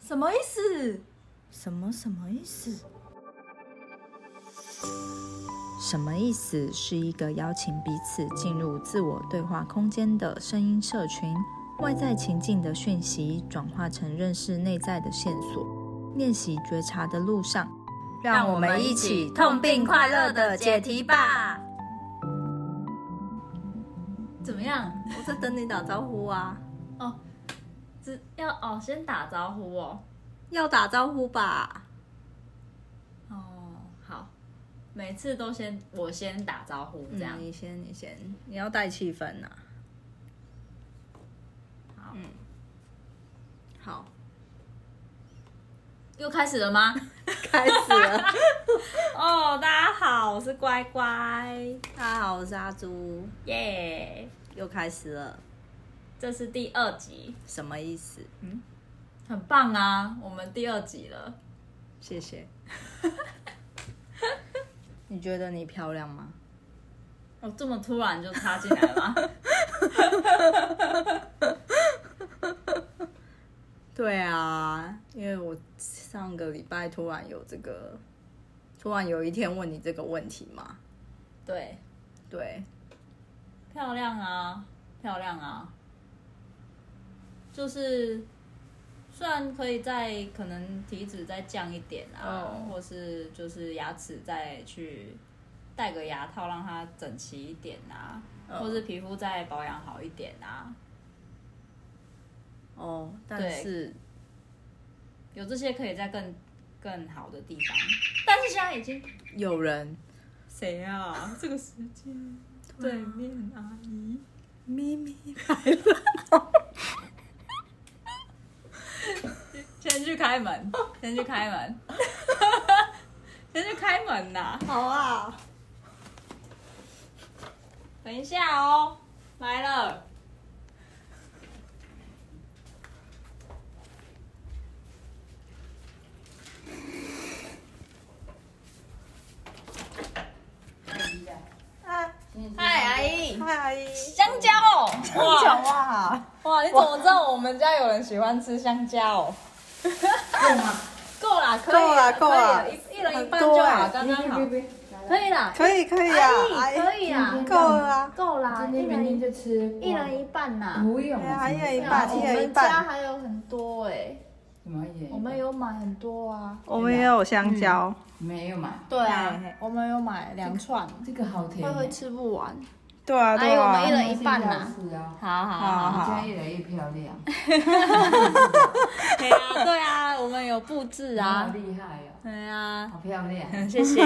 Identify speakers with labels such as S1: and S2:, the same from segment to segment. S1: 什么意思？
S2: 什么什么意思？什么意思？是一个邀请彼此进入自我对话空间的声音社群，外在情境的讯息转化成认识内在的线索，练习觉察的路上，
S1: 让我们一起痛并快乐地解题吧。怎么样？
S2: 我在等你打招呼啊，
S1: 哦，只要哦，先打招呼哦。
S2: 要打招呼吧？
S1: 哦，好，每次都先我先打招呼这样。
S2: 嗯你先，你先，你要带气氛啊呐、
S1: 好，
S2: 嗯好，
S1: 又开始了吗？
S2: 开始了。
S1: 哦，大家好，我是乖乖，
S2: 大家好，我是阿朱，
S1: 耶、
S2: 又开始了，
S1: 这是第二集，
S2: 什么意思？
S1: 很棒啊，我们第二集了。
S2: 谢谢。你觉得你漂亮吗？
S1: 哦，这么突然就插进来 吗？
S2: 对啊，因为我上个礼拜突然有这个，突然有一天问你这个问题嘛。
S1: 对，
S2: 对，
S1: 漂亮啊，漂亮啊，就是虽然可以在可能体脂再降一点啊
S2: 哦
S1: 或是就是牙齿再去戴个牙套让它整齐一点啊
S2: 哦
S1: 或是皮肤再保养好一点啊，
S2: 哦，但
S1: 对
S2: 是
S1: 有这些可以在更更好的地方，但是现在已经
S2: 有人
S1: 谁啊？这个时间对面啊阿姨，
S2: 咪咪，
S1: 先去开门，先去开门，先去开门呐、
S2: 好啊，
S1: 等一下哦，来了。啊嗨，阿姨，
S2: 嗨阿姨，
S1: 香蕉哦，哇
S2: 啊，
S1: 哇，你怎么知道我们家有人喜欢吃香蕉哦？够啦，可以
S2: 够啦
S1: 啊
S2: 够啦
S1: 可以一一人一半就好，刚刚好，可以啦，
S2: 可以可以啊
S1: 阿姨
S2: 哎
S1: 可以啦，
S2: 够了啊，
S1: 够啦，一人一
S3: 就吃光，
S1: 一人一半呐。
S3: 不用，
S2: 哎呀一人一半
S1: 啊我
S2: 一人一
S1: 们
S2: 半
S1: 家还有很多哎、
S3: 什么也
S1: 我们有买很多啊。
S2: 我们也有香蕉，
S3: 没有嘛？
S1: 对
S2: 嘿嘿
S1: 啊，我们有买两串，
S3: 这个好甜
S1: 会，不会吃不完？
S2: 对啊对
S1: 哎我们一
S2: 啊，
S1: 人一半啦
S3: 是啊，
S1: 好
S2: 好
S3: 你家越来越漂亮，
S1: 对啊，对啊，我们有布置
S3: 好
S1: 啊。
S3: 厉害哦，
S1: 对啊，
S3: 好漂亮。
S1: 谢谢。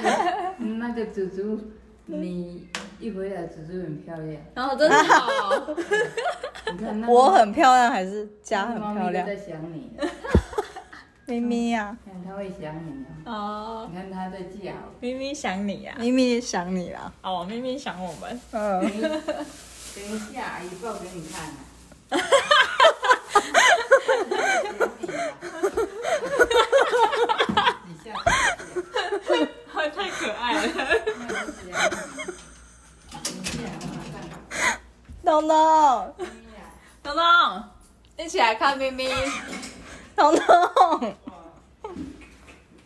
S3: 那个祖祖，你一回来，祖祖很漂亮。
S1: 然后哦真的好，
S3: 你看那个
S2: 我很漂亮还是家
S3: 那
S2: 很
S3: 个猫咪
S2: 漂
S3: 都
S2: 亮？
S3: 在想你，
S2: 咪咪啊呀，
S3: 看它会想你哦。
S1: 哦，
S3: 你看它在叫，
S1: 咪咪想你呀、
S2: 咪咪想你啦，
S1: 啊，哦，咪咪想我们。
S2: 嗯，
S3: 等一下阿姨抱给你看啊。你下次见
S1: 太可爱 了，
S2: 东东
S1: 东东，一起来看咪咪，
S2: 东东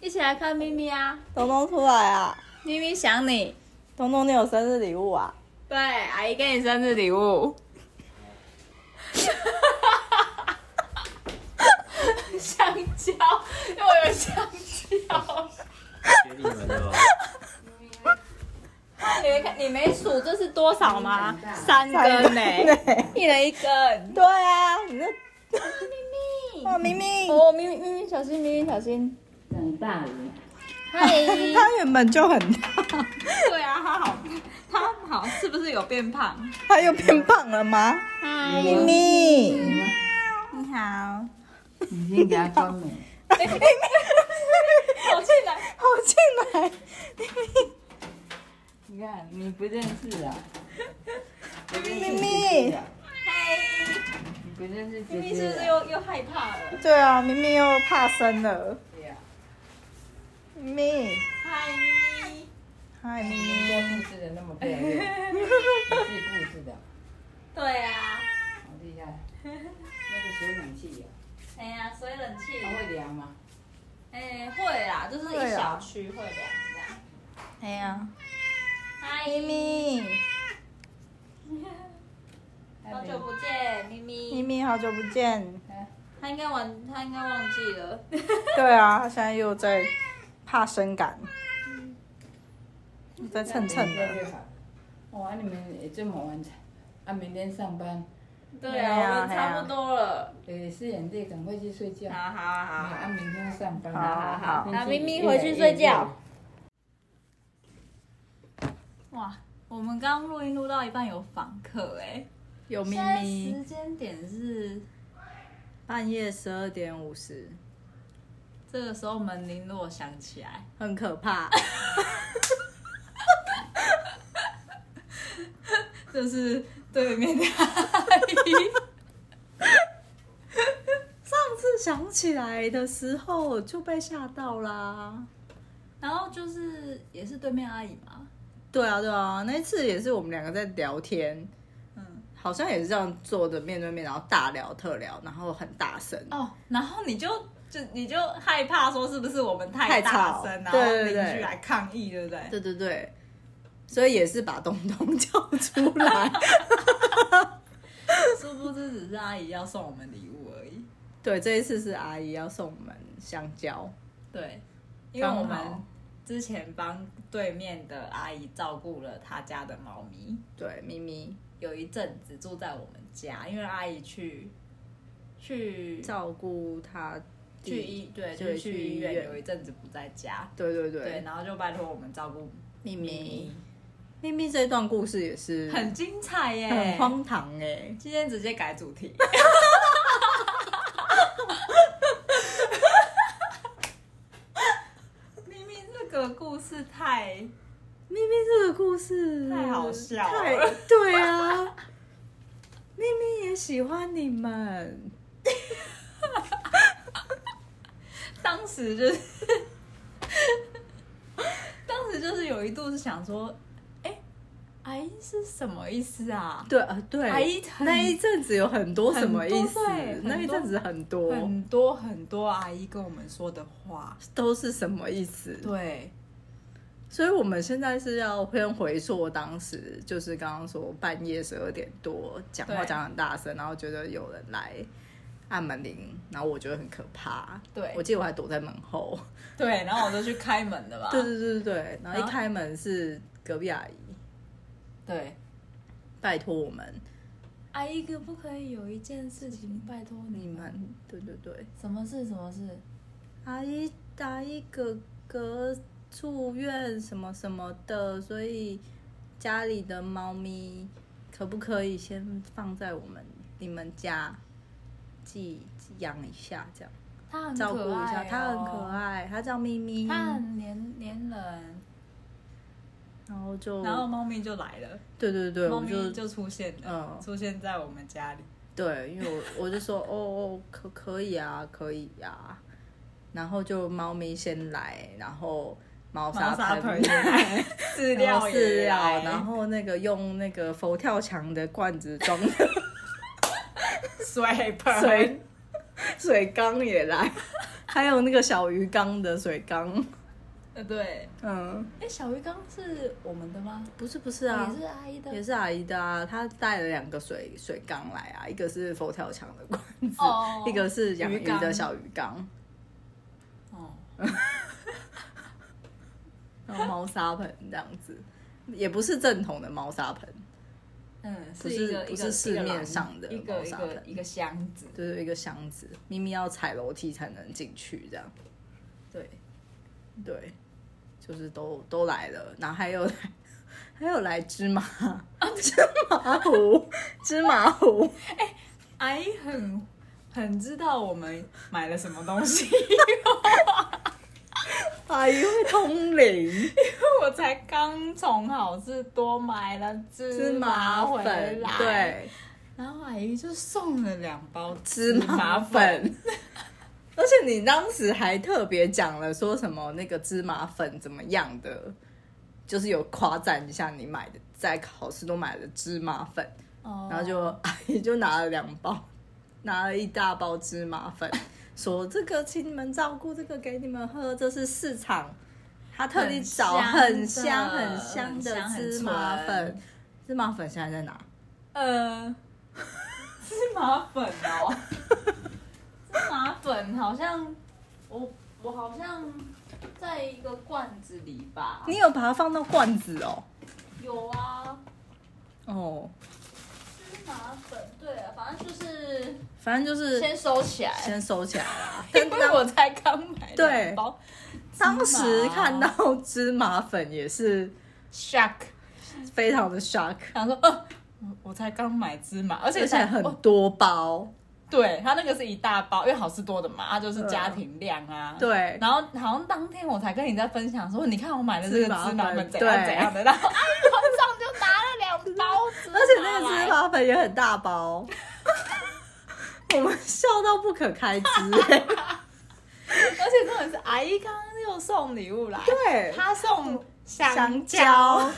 S1: 一起来看咪咪啊！
S2: 东东出来啊，
S1: 咪咪想你，
S2: 东东你有生日礼物啊？
S1: 对，阿姨给你生日礼物。香蕉，又有香蕉。
S4: 给你们的哦，
S1: 你没看，你没数这是多少吗？三
S2: 三
S1: 根呢、
S2: 对
S1: 一人一根。
S2: 对啊，你这
S1: 咪咪，
S2: 哇咪咪，
S1: 哦，咪咪咪咪，小心，咪咪小心。
S3: 长大了，
S1: 嗨，
S2: 它原本就很大，
S1: 对啊，他好，他好，是不是有变胖？
S2: 它又变胖了吗？
S1: 嗨，
S2: 咪咪，
S1: 你好。
S3: 已经给它装了。
S1: 走进来，
S2: 好进来，
S3: 你看你不认识啊，
S2: 咪
S3: 咪
S2: 咪，
S1: 嗨，
S3: 你不认识
S1: 咪
S3: 姐
S1: 咪
S3: 姐
S1: 是不是
S3: 啊。
S1: 又又害怕了？
S2: 对啊，咪咪又怕生了，
S3: 对啊
S2: 咪咪，
S1: 嗨，咪咪，
S2: 嗨咪
S3: 人
S2: 咪，
S3: 家布置的那么漂亮，你自己布置的，
S1: 对啊，
S3: 好厉害。那个水暖气呀，
S1: 哎呀，是水冷气，
S3: 还会凉吗？
S1: 哎、会啦，就是
S2: 会
S1: 一
S2: 啊
S1: 小区会凉这样。
S2: 哎呀，
S1: 嗨，
S2: 咪咪，
S1: 好久不见，咪
S2: 咪
S1: 咪。
S2: 咪，好久不见。
S1: 他应该忘，他应该忘记了。
S2: 对啊，他现在又在怕生感，嗯又在蹭蹭
S3: 那明天
S2: 的。
S3: 就好。哦，啊，你们也这么晚才，啊，明天上班，
S1: 对啊，
S2: 对啊
S1: 我们差不多了。
S3: 呃，四点累，赶快去睡觉。
S1: 好好啊
S3: 啊，
S1: 好啊，
S3: 啊，明天要上班。
S2: 好好好
S1: 那咪咪回去睡觉。哇，我们刚录音录到一半有访客哎、
S2: 有咪
S1: 现在时
S2: 咪，
S1: 间点是
S2: 半夜十二点五十，
S1: 这个时候门铃如果响起来，
S2: 很可怕。
S1: 就是对面的阿姨。
S2: 上次想起来的时候就被吓到啦。
S1: 然后就是也是对面阿姨嘛，
S2: 对啊，对啊，那次也是我们两个在聊天，
S1: 嗯，
S2: 好像也是这样坐着面对面，然后大聊特聊，然后很大声。
S1: 哦，然后你就就你就害怕说是不是我们
S2: 太
S1: 大
S2: 吵
S1: 声，然后
S2: 对对
S1: 邻
S2: 对
S1: 居来抗议，对不对？
S2: 对对对，所以也是把东东叫出来。
S1: 殊不知只是阿姨要送我们礼物而已。
S2: 对，这一次是阿姨要送我们香蕉，
S1: 对，因为我
S2: 刚好
S1: 们之前帮对面的阿姨照顾了她家的猫咪，
S2: 对，咪咪
S1: 有一阵子住在我们家，因为阿姨去去
S2: 照顾她弟
S1: 去医对，就
S2: 对
S1: 是去
S2: 去
S1: 医
S2: 医
S1: 院
S2: 院
S1: 有一阵子不在家，
S2: 对对对，
S1: 对，然后就拜托我们照顾
S2: 咪
S1: 咪
S2: 咪咪咪这段故事也是
S1: 咪，很欸精彩耶，
S2: 很荒唐哎、
S1: 今天直接改主题。 明明这个故事太……
S2: 咪咪这个故事
S1: 太好笑了
S2: 太对啊，咪咪也喜欢你们，
S1: 当时就是 当时就是有一度是想说，哎、阿姨是什么意思啊？
S2: 对啊对，
S1: 阿姨很
S2: 那一阵子有很多什么意思
S1: 很多对，
S2: 那一
S1: 很多
S2: 阵子很多
S1: 很多很多阿姨跟我们说的话，
S2: 都是什么意思？
S1: 对，
S2: 所以我们现在是要先回溯当时，就是刚刚说半夜十二点多讲话
S1: 对
S2: 讲很大声，然后觉得有人来按门铃，然后我觉得很可怕。
S1: 对
S2: 我记得我还躲在门后。
S1: 对，然后我就去开门了吧？
S2: 对对对对对，然后一
S1: 然后
S2: 开门是隔壁阿姨，
S1: 对，
S2: 拜托我们，
S1: 阿姨可不可以有一件事情拜托你
S2: 你
S1: 们？
S2: 们对对对，
S1: 什么事？什么事？
S2: 阿姨阿姨哥哥住院什么什么的，所以家里的猫咪可不可以先放在我们你们家寄寄养一下，这样
S1: 他很
S2: 照顾
S1: 可
S2: 一下？
S1: 爱、
S2: 它很可，爱，它叫咪咪，
S1: 他很黏黏人，
S2: 然后就
S1: 然后猫咪就来了，
S2: 对对对，
S1: 猫
S2: 我就
S1: 咪就出现了，
S2: 嗯
S1: 出现在我们家里。
S2: 对，因为我我就说哦哦，可可以啊，可以啊，然后就猫咪先来，然后猫砂
S1: 猫砂盆
S2: 也来，
S1: 饲
S2: 然后
S1: 料
S2: 饲
S1: 也
S2: 料，
S1: 来
S2: 然后那个用那个佛跳墙的罐子装 的
S1: 水盆
S2: 水水缸也来，还有那个小鱼缸的水缸，
S1: 呃对，
S2: 嗯，
S1: 哎，小鱼缸是我们的吗？
S2: 不是不是啊
S1: 也。是阿姨的，
S2: 也是阿姨的啊，她带了两个水水缸来啊，一个是佛跳墙的罐子，
S1: 哦
S2: 一个是养
S1: 鱼
S2: 鱼
S1: 缸
S2: 的小鱼缸，
S1: 哦，
S2: 然后猫砂盆这样子，也不是正统的猫砂盆，
S1: 嗯，
S2: 不
S1: 一
S2: 是
S1: 个
S2: 不
S1: 一
S2: 是
S1: 个
S2: 市
S1: 一个
S2: 面
S1: 篮
S2: 上的
S1: 一个
S2: 猫
S1: 一
S2: 砂
S1: 个
S2: 盆
S1: 一个箱子，
S2: 就是一个箱子，咪咪要踩楼梯才能进去这样。
S1: 对，
S2: 对，就是都都来了，然后还有还有来芝麻、
S1: 啊
S2: 芝麻糊、芝麻糊，
S1: 阿姨哎很很知道我们买了什么东西，
S2: 阿姨会通灵，
S1: 我才刚从好事多买了
S2: 芝
S1: 芝
S2: 麻
S1: 回
S2: 粉，
S1: 来，，
S2: 对，
S1: 然后阿姨就送了两包
S2: 芝麻
S1: 粉，
S2: 粉。 而且你当时还特别讲了说什么那个芝麻粉怎么样的，就是有夸赞一下你买的在好市多买的芝麻粉，
S1: 哦
S2: 然后就阿姨就拿了两包，拿了一大包芝麻粉，说这个请你们照顾，这个给你们喝，这是市场，他特地找很
S1: 很
S2: 香
S1: 香的
S2: 很香的
S1: 很香很
S2: 芝麻
S1: 纯
S2: 粉。芝麻粉现在在哪？
S1: 呃，芝麻粉哦，芝麻粉好像我我好像在一个罐子里吧，
S2: 你有把它放到罐子哦？
S1: 有啊，
S2: 哦，
S1: 芝麻粉对啊，反正就是
S2: 反正就是
S1: 先收起来，
S2: 先收起来了。
S1: 因为 我才刚买
S2: 对
S1: 两包
S2: 当时看到芝麻粉也是
S1: shock，
S2: 非常的 shock，
S1: 想说呃。我我才刚买芝麻，而且
S2: 而且
S1: 才
S2: 很
S1: 哦
S2: 多包，
S1: 对，它那个是一大包，因为好事多的嘛，它就是家庭量啊。
S2: 对
S1: 然后好像当天我才跟你在分享说，你看我买的这个
S2: 芝麻
S1: 芝麻
S2: 粉
S1: 粉怎样
S2: 对
S1: 怎样的，然后哎，我上就拿了两 包芝 麻
S2: 而
S1: 来，
S2: 且那个芝麻粉也很大包， 我们笑到不可开支、 欸。
S1: 而且重点是阿姨刚刚又送礼物来，
S2: 对，
S1: 她送
S2: 香
S1: 香
S2: 蕉。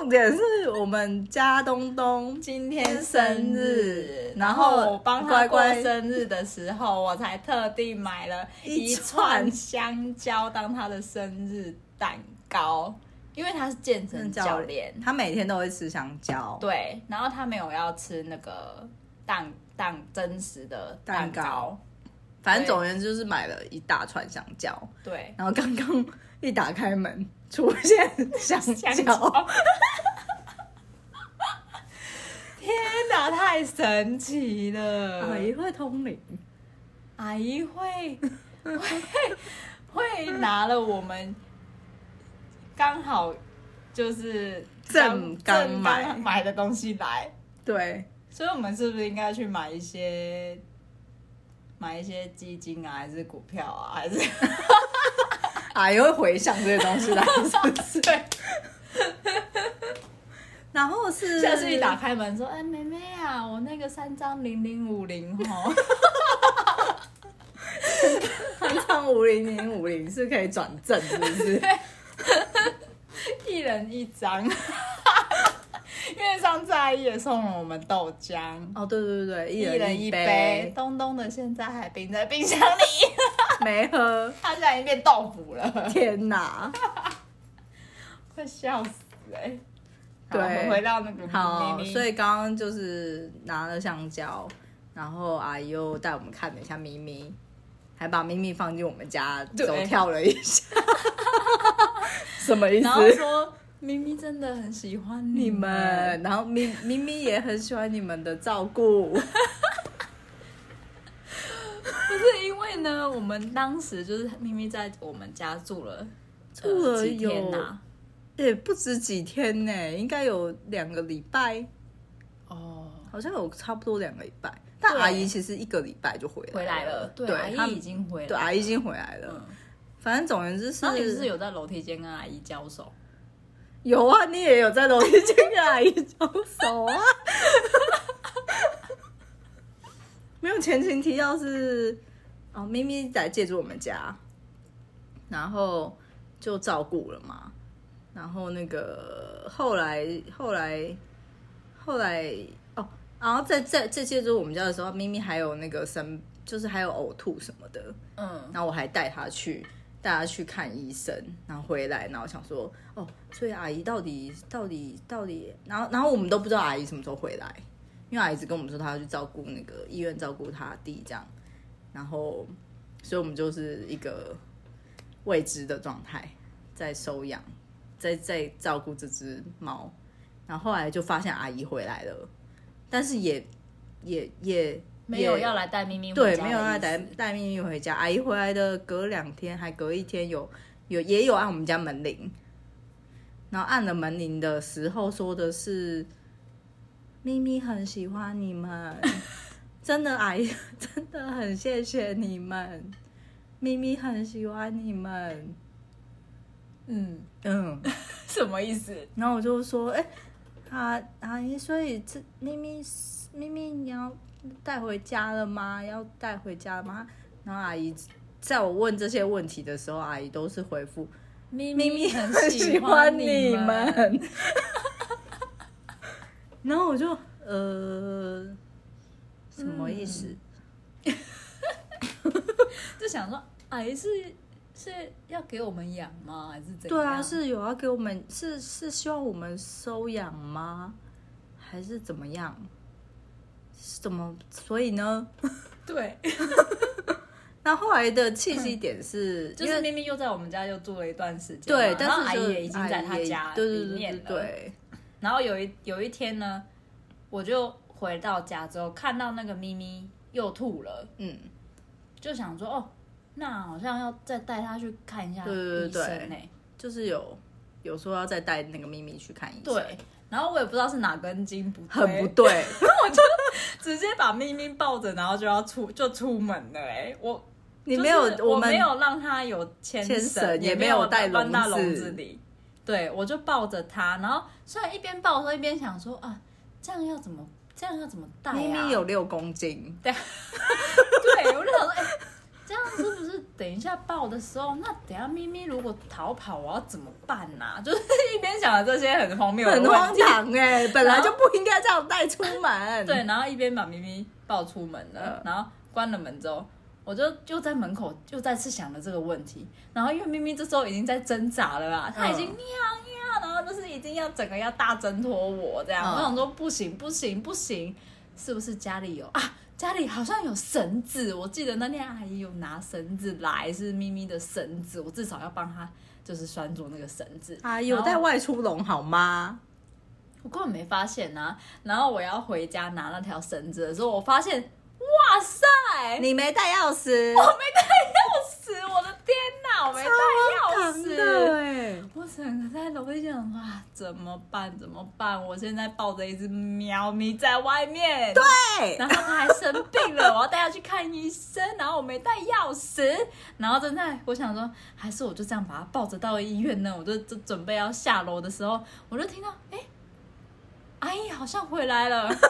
S2: 重点是我们家东东
S1: 今天生日，然后我帮
S2: 乖
S1: 她过
S2: 乖
S1: 生日的时候，我才特地买了
S2: 一
S1: 一
S2: 串
S1: 串香蕉当她的生日蛋糕，因为她是健身教练，
S2: 他每天都会吃香蕉，
S1: 对，然后她没有要吃那个蛋蛋真实的
S2: 蛋糕
S1: 蛋糕
S2: 反正总而言之就是买了一大串香蕉，
S1: 对，
S2: 然后刚刚一打开门出现香蕉
S1: 香蕉。 天哪，太神奇了！
S2: 阿姨会通灵，
S1: 阿姨会会会拿了我们刚好就是
S2: 正刚
S1: 正
S2: 买
S1: 买的东西来，
S2: 对，
S1: 所以我们是不是应该去买一些买一些基金啊，还是股票啊，还是？
S2: 阿姨啊会回想这些东西来，是不是？
S1: 对，
S2: 然后是
S1: 下次一打开门说：“哎、妹妹啊，我那个三张零零五零哦。
S2: 三张五零零五零是可以转正，是不是？
S1: 一人一张。 因为上次阿姨也送了我们豆浆，
S2: 哦，对对对对，一
S1: 一
S2: 人
S1: 人
S2: 一
S1: 一杯。，东东的现在还冰在冰箱里，
S2: 没喝，
S1: 它现在已经变豆腐了，
S2: 天 哪！
S1: 快笑死哎、欸！好
S2: 对
S1: 我们回到那个
S2: 好，
S1: 咪咪
S2: 所以刚刚就是拿了香蕉，然后阿姨又带我们看了一下咪咪，还把咪咪放进我们家
S1: 对
S2: 走跳了一下， 什么意
S1: 然后
S2: 思？
S1: 说咪咪真的很喜欢
S2: 你
S1: 你
S2: 们，然后咪咪咪也很喜欢你们的照 顾，
S1: 不是因为呢，我们当时就是咪咪在我们家住了
S2: 住了
S1: 呃几天
S2: 有
S1: 呐、
S2: 也不止几天呢、应该有两个礼拜，
S1: 哦，
S2: 好像有差不多两个礼拜。但
S1: 对
S2: 阿姨其实一个礼拜就回来
S1: 回来了，
S2: 对，
S1: 阿
S2: 她
S1: 姨已经回来了，
S2: 对阿姨已经回来了。
S1: 嗯
S2: 反正总而言之是，
S1: 然后你不是有在楼梯间跟阿姨交手？
S2: 有啊，你也有在楼梯间跟阿姨交手啊。没有前情提要是，哦，咪咪来借住我们家，然后就照顾了嘛。然后那个后来后来后来哦，然后在在在借住我们家的时候，咪咪还有那个生，就是还有呕吐什么的。
S1: 嗯，
S2: 然后我还带他去，带他去看医生，然后回来，然后想说，哦，所以阿姨到底到底到底，然后然后我们都不知道阿姨什么时候回来，因为阿姨只跟我们说她要去照顾那个医院照顾她弟这样，然后所以我们就是一个未知的状态，在收养，在 在照顾这只猫，然后后来就发现阿姨回来了，但是也也也
S1: 没有
S2: 也
S1: 要来带咪咪回
S2: 对，
S1: 家的
S2: 没有
S1: 意
S2: 要
S1: 思
S2: 带带咪咪回家。阿姨回来的隔两天，还隔一天有有也有按我们家门铃，然后按了门铃的时候说的是咪咪很喜欢你们，真的阿姨真的很谢谢你们，咪咪很喜欢你们，
S1: 嗯，
S2: 嗯。
S1: 什么意思？
S2: 然后我就说，哎、阿阿姨，所以这咪咪咪咪你要带回家了吗？要带回家吗？然后阿姨在我问这些问题的时候，阿姨都是回复
S1: 咪
S2: 咪咪
S1: 很
S2: 很喜
S1: 欢
S2: 欢你
S1: 们，
S2: 们。然后我就嗯呃，什么意思？
S1: 想说，哎，是是要给我们养吗？还是怎样？
S2: 对啊，是有要给我们是是希望我们收养吗？还是怎么样？是怎么？所以呢？
S1: 对，
S2: 那后来的契机点是，
S1: 嗯 就
S2: 因
S1: 是
S2: 为
S1: 咪咪又在我们家又住了一段时间嘛，
S2: 对，但
S1: 然后
S2: 是
S1: 阿
S2: 就
S1: 姨也已经在
S2: 阿
S1: 她
S2: 姨也
S1: 家
S2: 对
S1: 里
S2: 对对
S1: 面
S2: 对
S1: 了。
S2: 对，
S1: 然后有一有一天呢，我就回到家之后，看到那个咪咪又吐了，
S2: 嗯，
S1: 就想说哦，那好像要再带她去看一下医
S2: 对对对
S1: 生欸
S2: 对
S1: 呢、
S2: 就是有有说要再带那个咪咪去看医生，
S1: 对，然后我也不知道是哪根筋不
S2: 很不
S1: 对，
S2: 对，
S1: 直接把咪咪抱着，然后就要出就出门了、哎，我
S2: 你
S1: 就
S2: 没有
S1: 是
S2: 我
S1: 我
S2: 们
S1: 没有让他有牵
S2: 牵绳也
S1: 也
S2: 没有
S1: 有
S2: 带笼
S1: 放到笼
S2: 子
S1: 子里。对，我就抱着他，然后虽然一边抱的时候一边想说啊，这样要怎么这样要怎么带啊？
S2: 咪咪有六公斤，
S1: 对，我就想说，哎、这样是不是等一下抱的时候，那等一下咪咪如果逃跑，我要怎么办呐、啊？就是一边想着这些很荒谬的
S2: 很
S1: 问
S2: 荒
S1: 题，
S2: 唐 哎、本来就不应该这样带出门，
S1: 对，，然后一边把咪咪抱出门
S2: 嗯
S1: 了，然后关了门之后，我就又在门口又再次想了这个问题。然后因为咪咪这时候已经在挣扎了啦，它已经
S2: 嗯
S1: 喵喵，然后就是已经要整个要大挣脱我这样。
S2: 嗯
S1: 我想说不行不行不行，是不是家里有啊？家里好像有绳子，我记得那天阿姨有拿绳子来，是咪咪的绳子，我至少要帮她就是拴住那个绳子。
S2: 啊，有带
S1: 然后
S2: 外出笼好吗？
S1: 我根本没发现呐、然后我要回家拿那条绳子的时候，我发现，哇塞，哎
S2: 你没带钥匙，
S1: 死我的天哪，我没带
S2: 对
S1: 钥匙。，
S2: 欸
S1: 我整个在楼梯间想说啊，怎么办？怎么办？我现在抱着一只喵咪在外面，对，
S2: 哎
S1: 然后它还生病了，我要带它去看医生，然后我没带钥匙，然后正在我想说，还是我就这样把它抱着到医院呢？我就就准备要下楼的时候，我就听到，哎、阿姨好像回来了。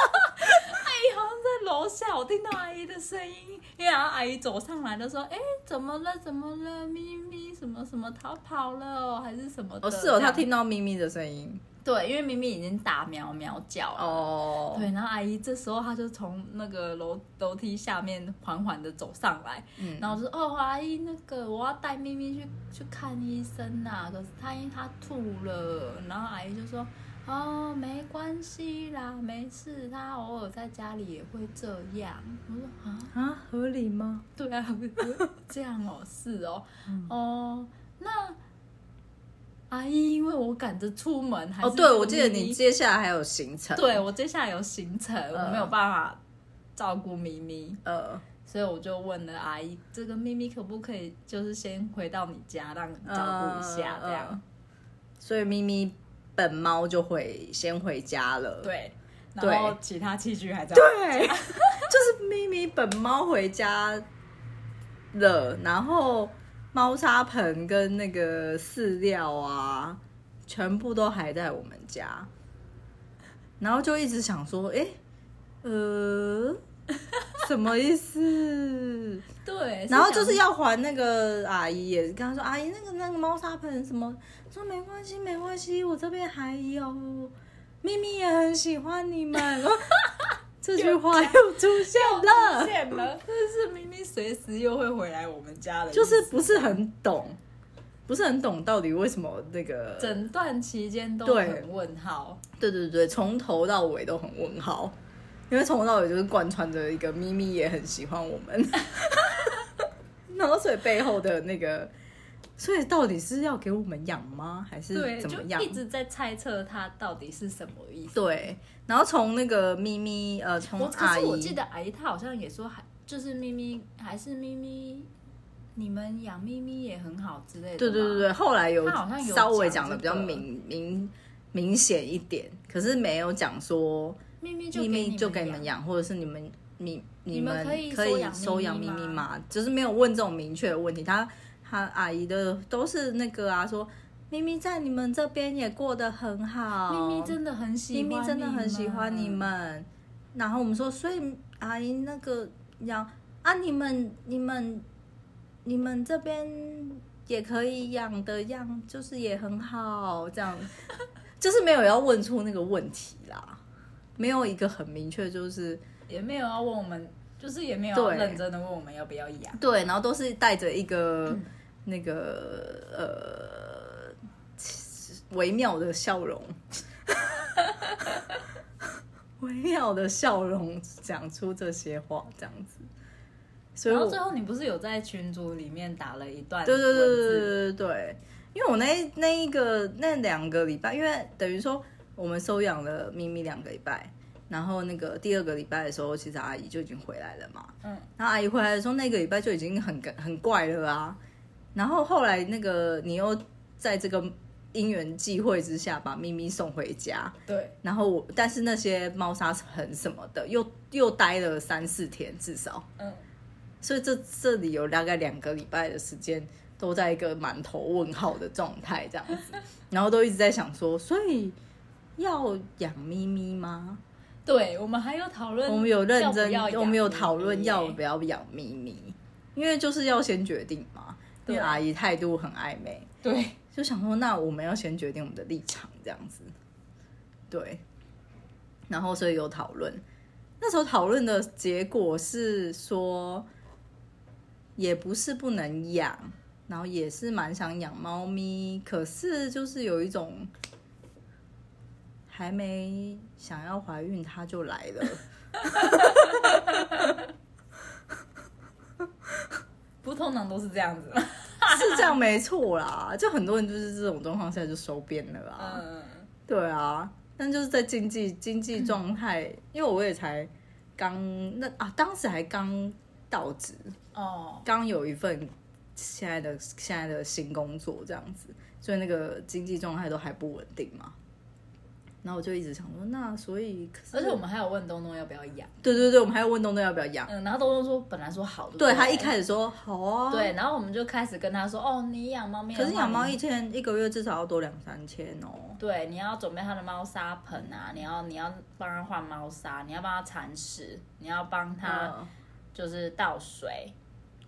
S1: 好像在楼下，我听到阿姨的声音，因为然后阿姨走上来就说：“哎、怎么了？怎么了？咪咪什么什么逃跑了哦还是什么的？”
S2: 哦，是哦，
S1: 这
S2: 他
S1: 样
S2: 听到咪咪的声音
S1: 对，因为咪咪已经打喵喵叫了。
S2: 哦，
S1: 对，然后阿姨这时候她就从那个楼楼梯下面缓缓的走上来，
S2: 嗯
S1: 然后我就说：“哦，阿姨，那个我要带咪咪去去看医生呐、可是她因为她吐了。”然后阿姨就说：“哦，没关系啦，没事，她偶尔在家里也会这样。”我说：“啊，
S2: 啊，合理吗？
S1: 对啊， 这样哦，是哦，
S2: 嗯
S1: 哦，那阿姨，因为我赶着出门，还是
S2: 哦，对，
S1: 因为
S2: 我记得
S1: 咪
S2: 你
S1: 咪
S2: 接下来还有行程，嗯
S1: 对，我接下来有行程，我没有办法照顾咪咪，
S2: 呃，
S1: 所以我就问了阿姨，这个咪咪可不可以就是先回到你家，让你照顾一下
S2: 嗯
S1: 这样？
S2: 嗯所以咪咪本猫就回先回家了，，
S1: 对，
S2: 对
S1: 然后其他器具还在。
S2: 对， 就是咪咪本猫回家了，然后猫砂盆跟那个饲料啊，全部都还在我们家，然后就一直想说，诶， 呃，什么意思？
S1: 对，
S2: 然后就是
S1: 想
S2: 要还那个阿姨，也跟她说，阿姨那个那个猫砂盆什么，说没关系没关系，我这边还有，咪咪也很喜欢你们。 这句话又出现
S1: 出
S2: 了，
S1: 现了，就是咪咪随时又会回来我们家的意思，
S2: 就是不是很懂，不是很懂到底为什么那个，
S1: 整段期间都
S2: 对
S1: 很问号。
S2: 对对对，从头到尾都很问号，因为从头到尾就是贯穿着一个咪咪也很喜欢我们， 然后所以背后的那个，所以到底是要给我们养吗，还是
S1: 对，
S2: 怎
S1: 就
S2: 么样
S1: 一？直在猜测它到底是什么意思。
S2: 对，然后从那个咪咪，呃，从
S1: 我可
S2: 阿
S1: 是
S2: 姨，
S1: 我记得阿姨她好像也说还就是咪咪还是咪咪，你们养咪咪也很好之类的。
S2: 对对对，对，后来有
S1: 她好像有
S2: 稍微
S1: 讲
S2: 讲的
S1: 这
S2: 比较
S1: 个
S2: 明明明显一点，可是没有讲说
S1: 咪咪就
S2: 咪咪就给你们
S1: 们。
S2: 养，或者是你们你
S1: 你们
S2: 们
S1: 可以
S2: 可
S1: 收
S2: 以
S1: 养
S2: 收
S1: 咪
S2: 养
S1: 咪
S2: 咪咪
S1: 吗
S2: 吗？就是没有问这种明确的问题，他他阿姨的都是那个啊，说咪咪在你们这边也过得很好，
S1: 咪咪真的很喜
S2: 哦咪
S1: 欢，
S2: 咪真的很喜欢你。们。然后我们说，所以阿姨那个养啊，你们你们你们这边也可以养的样，就是也很好，这样就是没有要问出那个问题啦，没有一个很明确，就是
S1: 也没有要问我们就是也没有
S2: 对
S1: 认真的问我们要不要养。
S2: 对，然后都是带着一个、那个呃微妙的笑容， 微妙的笑容讲出这些话，这样子。所以
S1: 然
S2: 我
S1: 后最后你不是有在群组里面打了一段
S2: 对对对对
S1: 文
S2: 对
S1: 字
S2: 对对，因为我那那一个那两个礼拜，因为等于说我们收养了咪咪两个礼拜，然后那个第二个礼拜的时候，其实阿姨就已经回来了嘛。
S1: 嗯，
S2: 然后阿姨回来的时候，那个礼拜就已经很很怪了啊。然后后来那个你又在这个因缘际会之下把咪咪送回家，
S1: 对，
S2: 然后我但是那些猫砂盆什么的又又待了三四天至少。
S1: 嗯，
S2: 所以这这里有大概两个礼拜的时间都在一个满头问号的状态这样 子，然后都一直在想说，所以要养咪咪吗？
S1: 对，我们还有讨论，
S2: 我们有认真，我们有讨论要
S1: 不
S2: 不要养咪咪，因为就是要先决定嘛。因
S1: 对啊
S2: 为阿姨态度很暧昧，
S1: 对，
S2: 就想说那我们要先决定我们的立场这样子，对。然后所以有讨论，那时候讨论的结果是说，也不是不能养，然后也是蛮想养猫咪，可是就是有一种还没想要怀孕它就来了，
S1: 不通常都是这样子。
S2: 是这样没错啦。就很多人就是这种状况下就收编了啊。
S1: 嗯，
S2: 对啊，但就是在经济经济状态，
S1: 嗯
S2: 因为我也才刚那啊，当时还刚到职，
S1: 哦，
S2: 刚有一份现在的现在的新工作这样子，所以那个经济状态都还不稳定嘛。然后我就一直想说，那所以可是
S1: 而且我们还有问东东要不要养，
S2: 对对对，我们还有问东东要不要养，
S1: 嗯，然后东东说本来说好的，
S2: 对
S1: 不
S2: 他一开始说好啊，
S1: 对，，然后我们就开始跟他说，哦，你养猫咪的话，
S2: 可是养猫
S1: 你
S2: 一天一个月至少要多两三千哦。
S1: 对，你要准备它的猫砂盆啊，你要你要帮它换猫砂，你要帮它铲屎，你要帮它
S2: 嗯
S1: 就是倒水，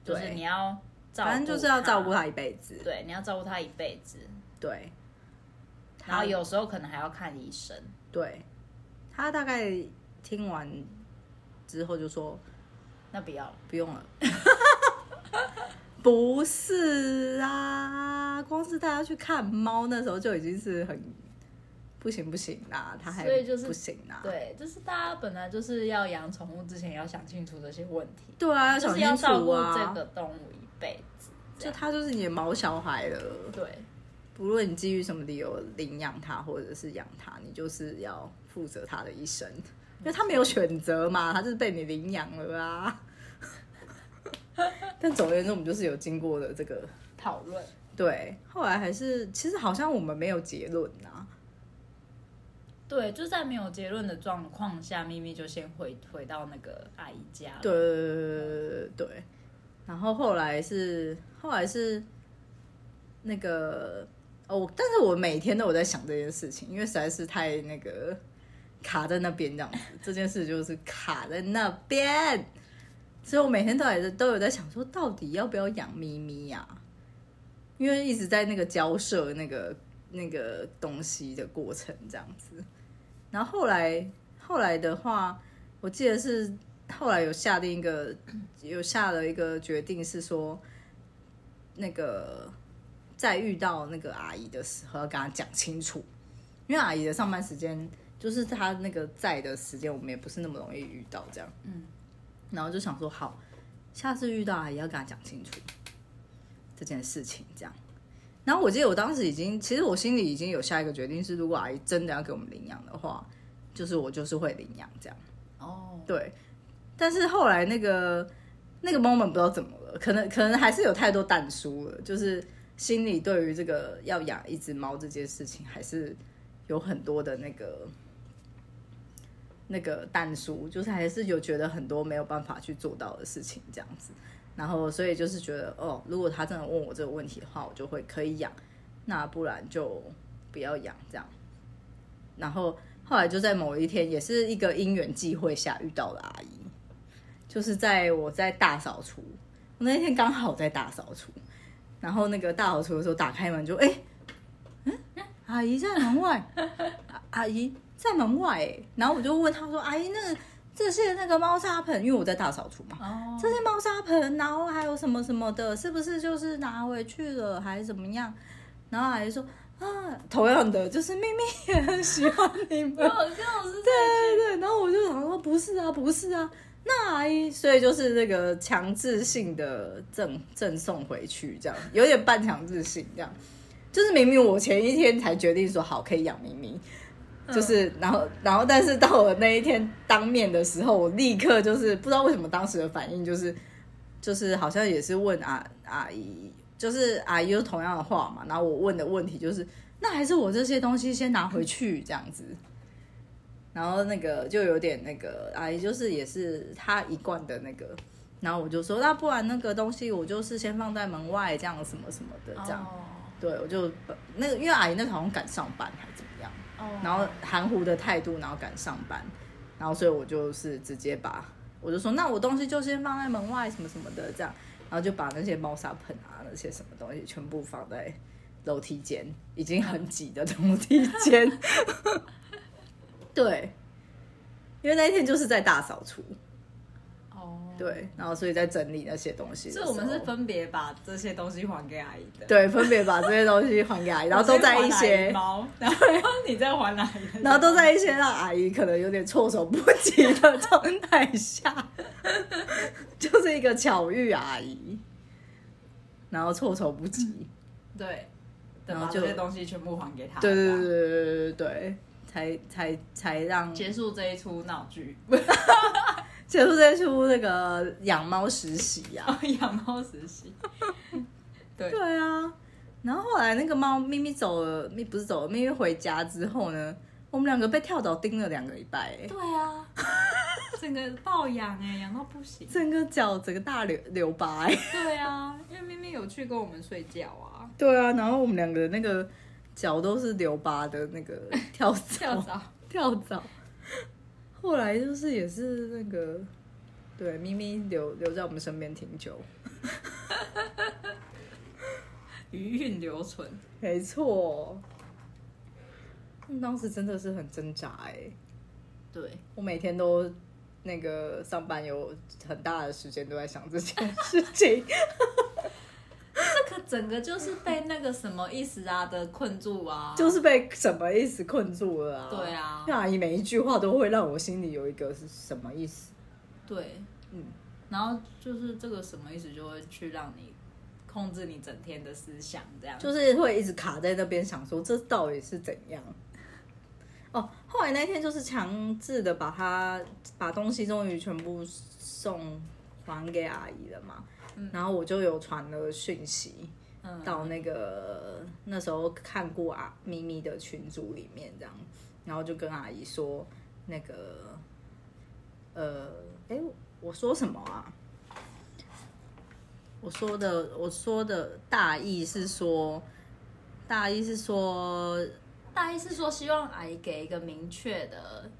S1: 就
S2: 对
S1: 是你要照顾，
S2: 反正就是要照顾，它一辈子，
S1: 对，你要照顾它一辈子，
S2: 对。
S1: 然后有时候可能还要看医生，
S2: 对，他大概听完之后就说
S1: 那不要了，
S2: 不用了。 不是啊，光是带他去看猫，那时候就已经是很不行不行啦，他还
S1: 所以就是
S2: 不行啦。
S1: 对，就是大家本来就是要养宠物之前要想清楚这些问题，
S2: 对啊，要
S1: 就
S2: 想
S1: 是要
S2: 清
S1: 照
S2: 楚
S1: 顾
S2: 啊，
S1: 这个啊动物一辈子，这
S2: 就
S1: 样
S2: 他就是你的毛小孩了。
S1: 对。
S2: 不论你基于什么理由领养它或者是养它，你就是要负责它的一生，因为它没有选择嘛，它就是被你领养了啊。 但总而言之，我们就是有经过的这个，
S1: 讨论，
S2: 对，后来还是其实好像我们没有结论啊，
S1: 对，就在没有结论的状况下，咪咪就先回回到那个阿姨家了，
S2: 对对对，然后后来是后来是那个哦，但是我每天都有在想这件事情，因为实在是太那个卡在那边这样子，这件事就是卡在那边，所以我每天都还在都有在想说，到底要不要养咪咪呀、因为一直在那个交涉那个那个东西的过程这样子，然后后来后来的话，我记得是后来有下定一个，有下了一个决定是说，那个在遇到那个阿姨的时候要跟她讲清楚，因为阿姨的上班时间就是她那个在的时间，我们也不是那么容易遇到这样。
S1: 嗯，
S2: 然后就想说好，下次遇到阿姨要跟她讲清楚这件事情这样。然后我记得我当时已经，其实我心里已经有下一个决定是，如果阿姨真的要给我们领养的话，就是我就是会领养这样。
S1: 哦，
S2: 对，但是后来那个那个 moment 不知道怎么了，可能可能还是有太多淡书了，就是心里对于这个要养一只猫这件事情，还是有很多的那个那个淡书，就是还是有觉得很多没有办法去做到的事情这样子。然后，所以就是觉得，哦，如果他真的问我这个问题的话，我就会可以养，那不然就不要养这样。然后后来就在某一天，也是一个因缘际会下遇到了阿姨，就是在我在大扫除，我那天刚好在大扫除，然后那个大扫除的时候打开门就哎、嗯， 阿姨在门外，啊阿姨在门外、哎然后我就问她说，阿姨那个这些那个猫砂盆，因为我在大扫除嘛，
S1: 哦，
S2: 这些猫砂盆，然后还有什么什么的，是不是就是拿回去了，还是怎么样？然后还说啊，同样的，就是咪咪也很喜欢你们，
S1: 好像是
S2: 对对对。然后我就想说，不是啊，不是啊，那阿姨，所以就是那个强制性的赠赠送回去，这样有点半强制性，这样就是明明我前一天才决定说好可以养咪咪，就是，然后，然后，但是到我那一天当面的时候，我立刻就是不知道为什么当时的反应就是，就是好像也是问阿阿姨，就是阿姨又同样的话嘛，然后我问的问题就是，那还是我这些东西先拿回去这样子，然后那个就有点那个阿姨就是也是她一贯的那个，然后我就说，那不然那个东西我就是先放在门外这样什么什么的这样，
S1: 哦
S2: 对我就那个因为阿姨那时候好像赶上班还是怎么样。
S1: 哦
S2: 然后含糊的态度，然后赶上班，然后所以我就是直接把我就说，那我东西就先放在门外什么什么的这样，然后就把那些猫砂盆啊那些什么东西全部放在楼梯间，已经很挤的楼梯间。对，因为那一天就是在大扫除，
S1: 哦，
S2: 对，然后所以在整理那些东西的时
S1: 所以
S2: 候，
S1: 我们是分别把这些东西还给阿姨的，
S2: 对分别把这些东西还给阿姨，然后都在一
S1: 我先还阿姨
S2: 些。
S1: 猫，然后你再还阿姨的，
S2: 然后都在一些让阿姨可能有点措手不及的状态下，就是一个巧遇阿姨，然后措手不及，
S1: 对，
S2: 然
S1: 然
S2: 后
S1: 后
S2: 就
S1: 这些东西全部还给他，
S2: 对对
S1: 这
S2: 对
S1: 样
S2: 对对对对，才才才让
S1: 结束这一出闹剧，
S2: 结束这出那个养猫实习呀、啊，
S1: 养猫实习，对，
S2: 对啊，然后后来那个猫咪咪走了，咪不是走了，咪咪回家之后呢，我们两个被跳蚤叮了两个礼拜、欸，
S1: 对啊，整个抱养哎、养到不行。
S2: 整个脚整个大留留疤、 欸。
S1: 对啊，因为咪咪有去跟我们睡觉啊，
S2: 对啊，然后我们两个那个脚都是留疤的那个 跳蚤，
S1: 跳蚤。
S2: 跳蚤。后来就是也是那个，对，咪咪留留在我们身边挺久，
S1: 余韵留存。
S2: 没错。嗯当时真的是很挣扎哎、
S1: 对，
S2: 我每天都那个上班有很大的时间都在想这件事 情，
S1: 这个整个就是被那个什么意思啊的困住啊，
S2: 就是被什么意思困住了啊？
S1: 对，啊，
S2: 那阿姨每一句话都会让我心里有一个是什么意思？
S1: 对，
S2: 嗯，
S1: 然后就是这个什么意思，就会去让你控制你整天的思想，这样
S2: 就是会一直卡在那边，想说这到底是怎样。哦，后来那天就是强制的把他把东西终于全部送还给阿姨了嘛，
S1: 嗯
S2: 然后我就有传了讯息
S1: 嗯，
S2: 到那个那时候看过啊咪咪的群组里面这样，然后就跟阿姨说那个呃，哎、我说什么啊？我说的，我说的大意是说，大意是说，
S1: 大意是说希望阿姨给一个明确的，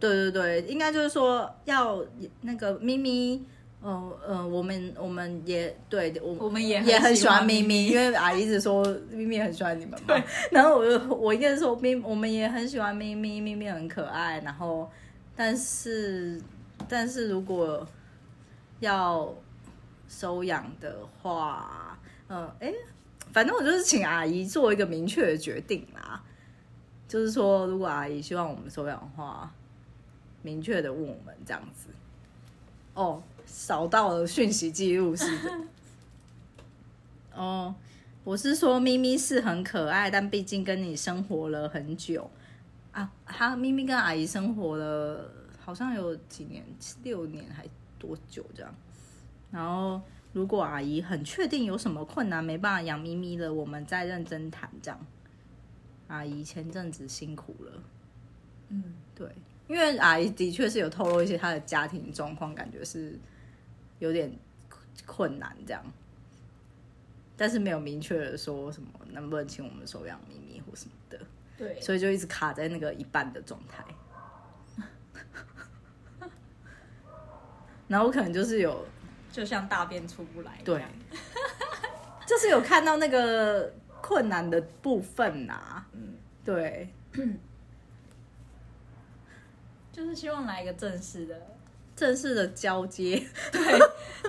S2: 对对对，应该就是说要那个咪咪，呃呃，我们我们也对我
S1: 我们也
S2: 也很喜
S1: 喜
S2: 欢
S1: 欢
S2: 咪
S1: 咪，
S2: 咪，因为阿姨一直说咪咪很喜欢你们嘛。 然后我就我应该是说咪，我们也很喜欢咪咪，咪咪很可爱。然后，但是但是如果要收养的话，嗯、呃，哎，反正我就是请阿姨做一个明确的决定啦。就是说，如果阿姨希望我们收养的话，明确的问我们这样子。哦，扫到了讯息记录是的。哦，我是说咪咪是很可爱，但毕竟跟你生活了很久啊，她咪咪跟阿姨生活了好像有几年，六年还多久这样。然后如果阿姨很确定有什么困难没办法养咪咪了，我们再认真谈这样。阿姨前阵子辛苦了。
S1: 嗯，
S2: 对，因为阿姨的确是有透露一些她的家庭状况，感觉是有点困难这样，但是没有明确的说什么能不能请我们收养咪咪或什么的，
S1: 对
S2: 所以就一直卡在那个一半的状态。 然后我可能就是有，
S1: 就像大便出不来，
S2: 对， 就是有看到那个困难的部分呐、啊，嗯，对，
S1: 就是希望来一个正式的，
S2: 正式的交接。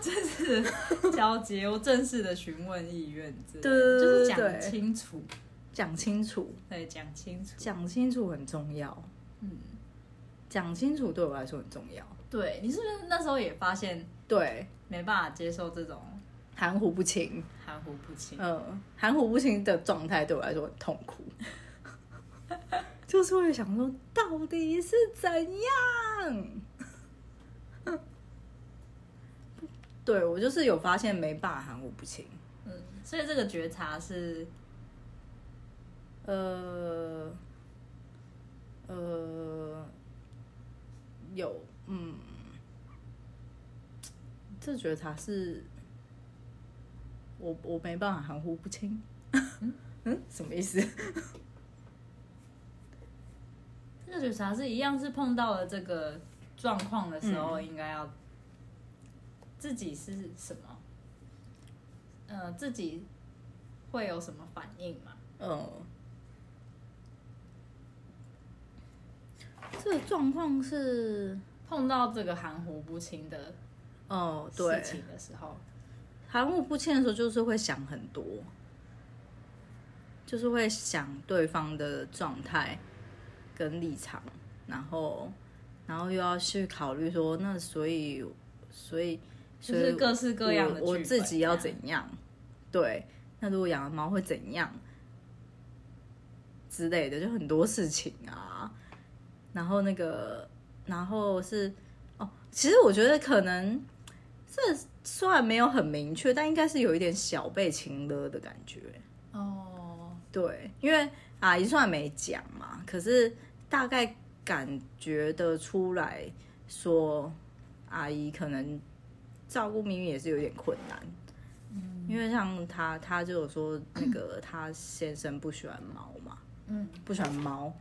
S1: 正式的交接，或正式的询问意愿之类的，
S2: 对对对
S1: 就是
S2: 对
S1: 讲清楚，
S2: 讲清楚，
S1: 对，讲清楚，
S2: 讲清楚很重要。
S1: 嗯，
S2: 讲清楚对我来说很重要。
S1: 对你是不是那时候也发现
S2: 对，
S1: 没办法接受这种
S2: 含糊不清，
S1: 含糊不清？
S2: 嗯，含糊不清的状态对我来说很痛苦。就是会想说，到底是怎样？ 对我就是有发现没办法含糊不清。
S1: 嗯，所以这个觉察是
S2: 呃，呃，有，嗯，这觉察是，我我没办法含糊不清。 嗯，什么意思？
S1: 这个觉察是一样是碰到了这个状况的时
S2: 嗯
S1: 候，应该要自己是什么？呃，自己会有什么反应嘛？
S2: 嗯，这个状况是，
S1: 碰到这个含糊不清的
S2: 哦，对
S1: 事，情的时候，
S2: 含糊不清的时候，就是会想很多，就是会想对方的状态跟立场，然后，然后又要去考虑说，那所以，所以，
S1: 就
S2: 所以
S1: 是各式各样的
S2: 我我
S1: 剧本
S2: 自己要
S1: 这样
S2: 怎样？对，那如果养了猫会怎样之类的，就很多事情啊。然后那个，然后是哦，其实我觉得可能这虽然没有很明确，但应该是有一点小被情勒的感觉。
S1: 哦，
S2: 对，因为阿姨虽然没讲嘛，可是大概感觉得出来说，阿姨可能照顾咪咪也是有点困难。因为像她，她就有说那个她先生不喜欢猫嘛，
S1: 嗯，
S2: 不喜欢猫，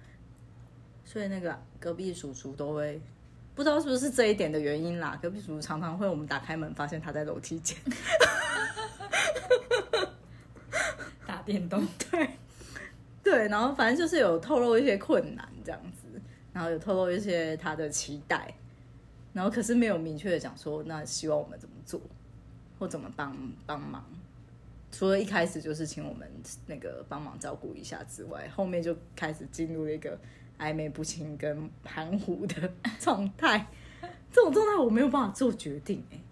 S2: 所以那个隔壁叔叔都会。不知道是不是这一点的原因啦，隔壁叔叔常常会我们打开门发现他在楼梯间，
S1: 打电动，
S2: 对，然后反正就是有透露一些困难这样子，然后有透露一些他的期待，然后可是没有明确的讲说那希望我们怎么做或怎么帮帮忙，除了一开始就是请我们那个帮忙照顾一下之外，后面就开始进入了一个暧昧不清跟含糊的 状态，这种状态我没有办法做决定哎、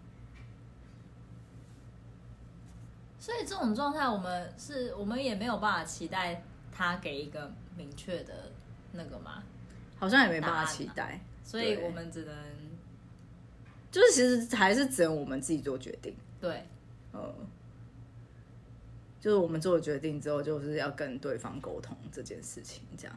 S1: 所以这种状态，我们是我们也没有办法期待他给一个明确的那个嘛，
S2: 好像也没办
S1: 答
S2: 法
S1: 案
S2: 期
S1: 啊
S2: 待，
S1: 所以
S2: 对
S1: 我们只能
S2: 就是其实还是只能我们自己做决定。
S1: 对
S2: 呃，就是我们做了决定之后，就是要跟对方沟通这件事情，这样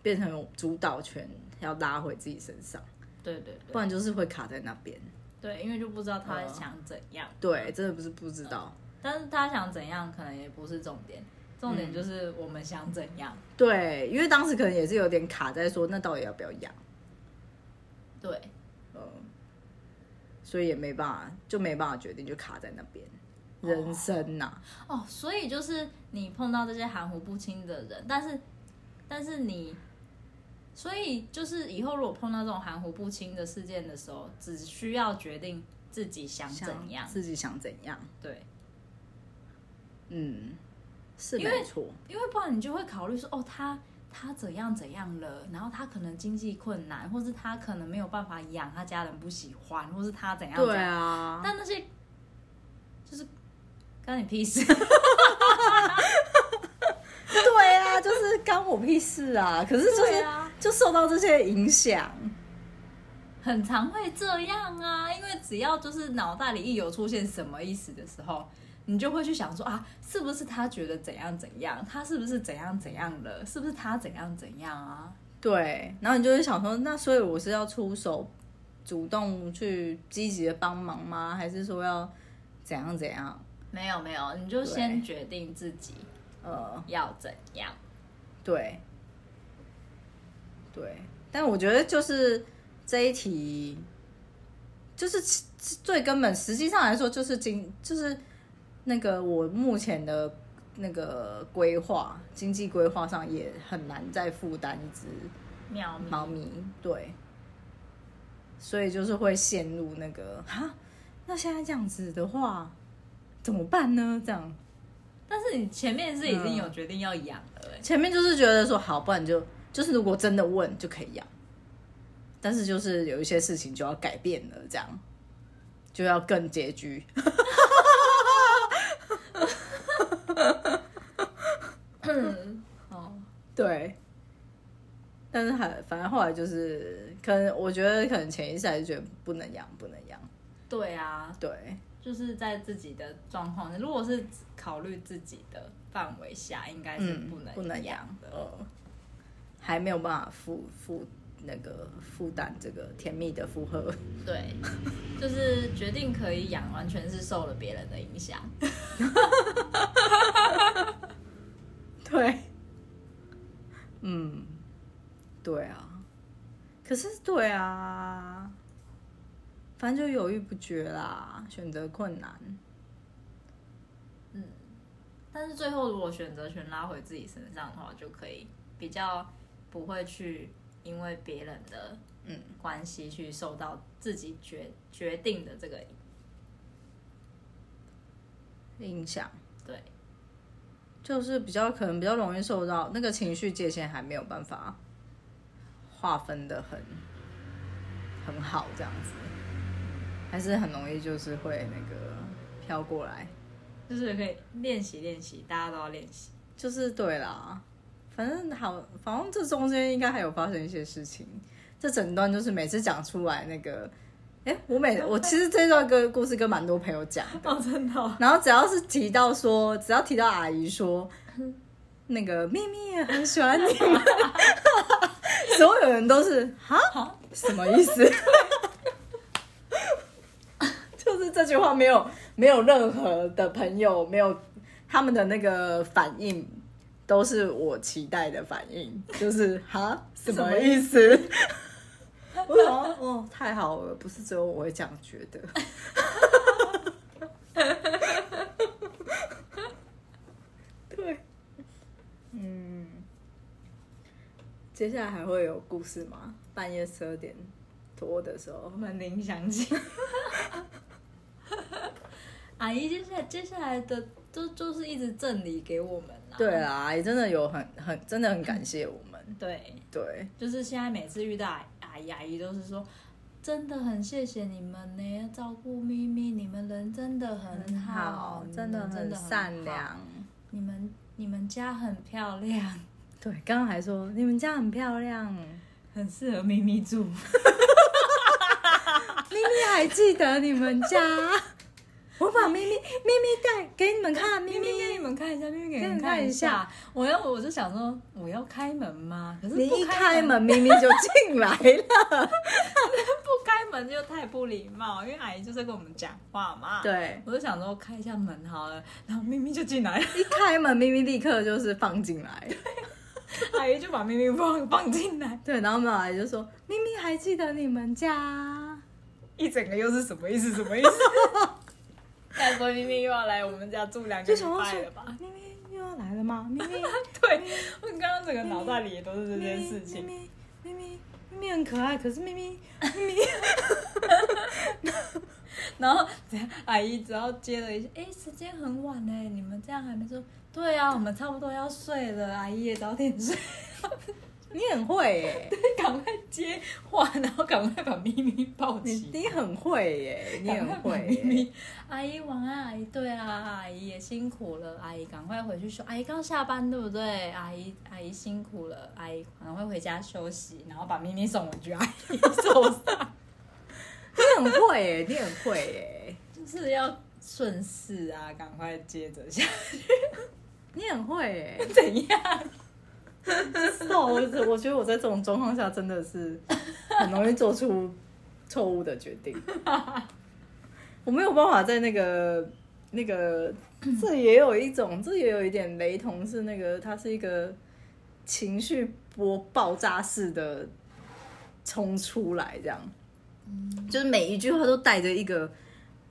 S2: 变成主导权要拉回自己身上，
S1: 对对
S2: 不
S1: 对
S2: 然就是会卡在那边。
S1: 对，因为就不知道他
S2: 嗯
S1: 想怎样，
S2: 对，真的不是不知道。
S1: 但是他想怎样可能也不是重点，重
S2: 嗯
S1: 点就是我们想怎样。
S2: 对，因为当时可能也是有点卡在说，那到底要不要养？
S1: 对，
S2: 嗯、所以也没办法，就没办法决定，就卡在那边。人生呐、
S1: 哦，所以就是你碰到这些含糊不清的人，但是但是你，所以就是以后如果碰到这种含糊不清的事件的时候，只需要决定自己想
S2: 想
S1: 怎样。
S2: 自己想怎样，
S1: 对，
S2: 嗯，是
S1: 因为
S2: 没错，
S1: 因为不然你就会考虑说，哦，他他怎样怎样了，然后他可能经济困难，或是他可能没有办法养，他家人不喜欢，或是他怎样怎
S2: 对
S1: 样。
S2: 啊，
S1: 但那些就是干你屁事。
S2: 对啊，就是干我屁事啊！可是就是、
S1: 对啊
S2: 就受到这些影响，
S1: 很常会这样啊，因为只要就是脑袋里一有出现什么意思的时候，你就会去想说啊，是不是他觉得怎样怎样，他是不是怎样怎样了，是不是他怎样怎样啊？
S2: 对，然后你就会想说，那所以我是要出手，主动去积极的帮忙吗？还是说要怎样怎样？
S1: 没有没有，你就先决定自己
S2: 呃，
S1: 要怎样。
S2: 对，对，但我觉得就是这一题，就是其最根本，实际上来说就是经就是那个我目前的那个规划经济规划上也很难再负担一只
S1: 喵咪
S2: 猫咪，对，所以就是会陷入那个哈，那现在这样子的话怎么办呢？这样
S1: 但是你前面是已经有决定要养了、欸，
S2: 前面就是觉得说好，不然就就是如果真的问就可以养，但是就是有一些事情就要改变了，这样就要更拮据。
S1: 哦，
S2: 对，但是还反正后来就是，可能我觉得可能潜意识还是觉得不能养，不能养。
S1: 对啊，
S2: 对，
S1: 就是在自己的状况，如果是考虑自己的范围下，应该是
S2: 嗯，
S1: 不能、
S2: 不能养
S1: 的。
S2: 呃，还没有办法负负那个负担这个甜蜜的负荷。
S1: 对， 就是决定可以养，完全是受了别人的影响。
S2: 对，嗯，对啊，可是对啊，反正就犹豫不决啦，选择困难。
S1: 但是最后如果选择权拉回自己身上的话，就可以比较不会去因为别人的
S2: 嗯
S1: 关系去受到自己决决定的这个
S2: 影响
S1: 对
S2: 就是比较可能比较容易受到那个情绪界限还没有办法划分的很很好这样子，还是很容易就是会那个飘过来，
S1: 就是可以练习练习，大家都要练习。
S2: 就是对啦，反正好，反正这中间应该还有发生一些事情，这整段就是每次讲出来那个，哎、我每我其实这段个故事跟蛮多朋友讲，
S1: 哦，真的、哦，
S2: 然后只要是提到说，只要提到阿姨说，那个咪咪也很喜欢 你们，所有人都是哈
S1: 好，
S2: 什么意思？ 就是这句话没有没有任何的朋友没有他们的那个反应。都是我期待的反应， 就是哈什么意思？我想说哦，太好了，不是只有我会这样觉得。 对，嗯，接下来还会有故事吗？半夜十二点多的时候，
S1: 门铃响起。阿姨接下来接下来的都就是一直赠礼给我们啦、
S2: 对啊啦，阿姨真的有很很真的很感谢我们，
S1: 对，
S2: 嗯对，
S1: 就是现在每次遇到阿阿姨阿姨都是说，真的很谢谢你们呢，照顾咪咪，你们人真的很好，你
S2: 嗯真
S1: 们
S2: 的
S1: 真
S2: 很
S1: 的
S2: 善
S1: 好，
S2: 良。
S1: 你们你们家很漂亮，
S2: 对，刚刚还说你们家很漂亮，咪
S1: 很适合咪咪住。
S2: 咪还记得你们家， 我把咪咪咪咪带给你们看，咪
S1: 咪咪给
S2: 咪
S1: 你们看一下，咪咪给
S2: 给
S1: 你
S2: 你
S1: 们
S2: 看
S1: 看
S2: 一
S1: 一
S2: 下
S1: 下。我要我就想说，我要开门吗？可是
S2: 你
S1: 不
S2: 一
S1: 开
S2: 开
S1: 门
S2: 门，咪咪就进来了。
S1: 不开门就太不礼貌，因为阿姨就在跟我们讲话嘛。，
S2: 对，
S1: 我就想说开一下门好了，然后咪咪就进来了，
S2: 一开门咪咪立刻就是放进来。
S1: 阿姨就把咪咪放放进来，
S2: 对，然后没有阿姨就说：“咪咪还记得你们家
S1: 一整个又是什么意思？什 么意思？该不会咪咪又要来我们家住两？”个
S2: 就
S1: 礼
S2: 想要
S1: 拜
S2: 说
S1: 了吧？：“
S2: 咪咪又要来了吗？咪咪，
S1: 对，我刚刚整个脑袋里也都是这件事
S2: 咪
S1: 情。
S2: 咪，咪咪，咪咪很可爱，可是咪咪，咪咪，
S1: 然后等下阿姨只要接了一下，哎，时间很晚嘞，你们这样还没睡？对啊，我们差不多要睡了，阿姨也早点睡。
S2: 你很会耶，
S1: 赶快接话，然后赶快把咪咪抱
S2: 你
S1: 起来。
S2: 你很会耶，你很会
S1: 咪
S2: 耶。
S1: 咪，阿姨晚安，阿姨对啊，阿姨也辛苦了，阿姨赶快回去休，阿姨刚下班对不对？阿姨阿姨辛苦了，阿姨赶快回家休息，然后把咪咪送回去 阿姨手上，
S2: 你很会耶，你很会耶，
S1: 就是要顺势啊，赶快接着下，
S2: 你很会耶。
S1: 怎样？
S2: 是哦，我我觉得我在这种状况下真的是很容易做出错误的决定，我没有办法在那个那个，这也有一种，这也有一点雷同，是那个它是一个情绪波爆炸式的冲出来，这样，就是每一句话都带着一个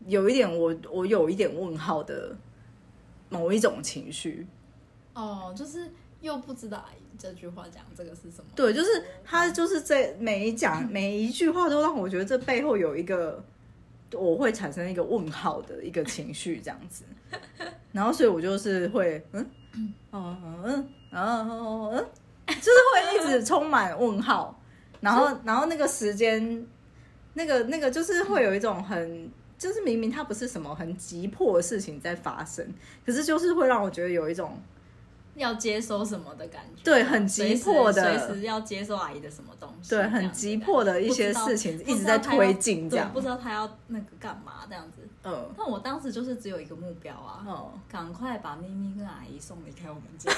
S2: 有一点我我有一点问号的某一种情绪，
S1: 哦，就是又不知道阿姨这句话讲这个是什么。
S2: 对，就是他就是这每一讲每一句话都让我觉得这背后有一个我会产生一个问号的一个情绪这样子， 然后所以我就是会嗯哦嗯哦嗯，就是会一直充满问号，然后然后那个时间那个那个就是会有一种很。就是明明它不是什么很急迫的事情在发生，可是就是会让我觉得有一种
S1: 要接收什么的感觉，
S2: 对很急迫的
S1: 随时随时要接收阿姨的什么东西，
S2: 对很急迫的一些事情一直在推进这
S1: 这
S2: 样
S1: 样子不知道她要对不知道她要那个干嘛这样子。
S2: 嗯
S1: 但我当时就是只有一个目标啊，
S2: 哦。
S1: 赶快把咪咪跟阿姨送离开我们家。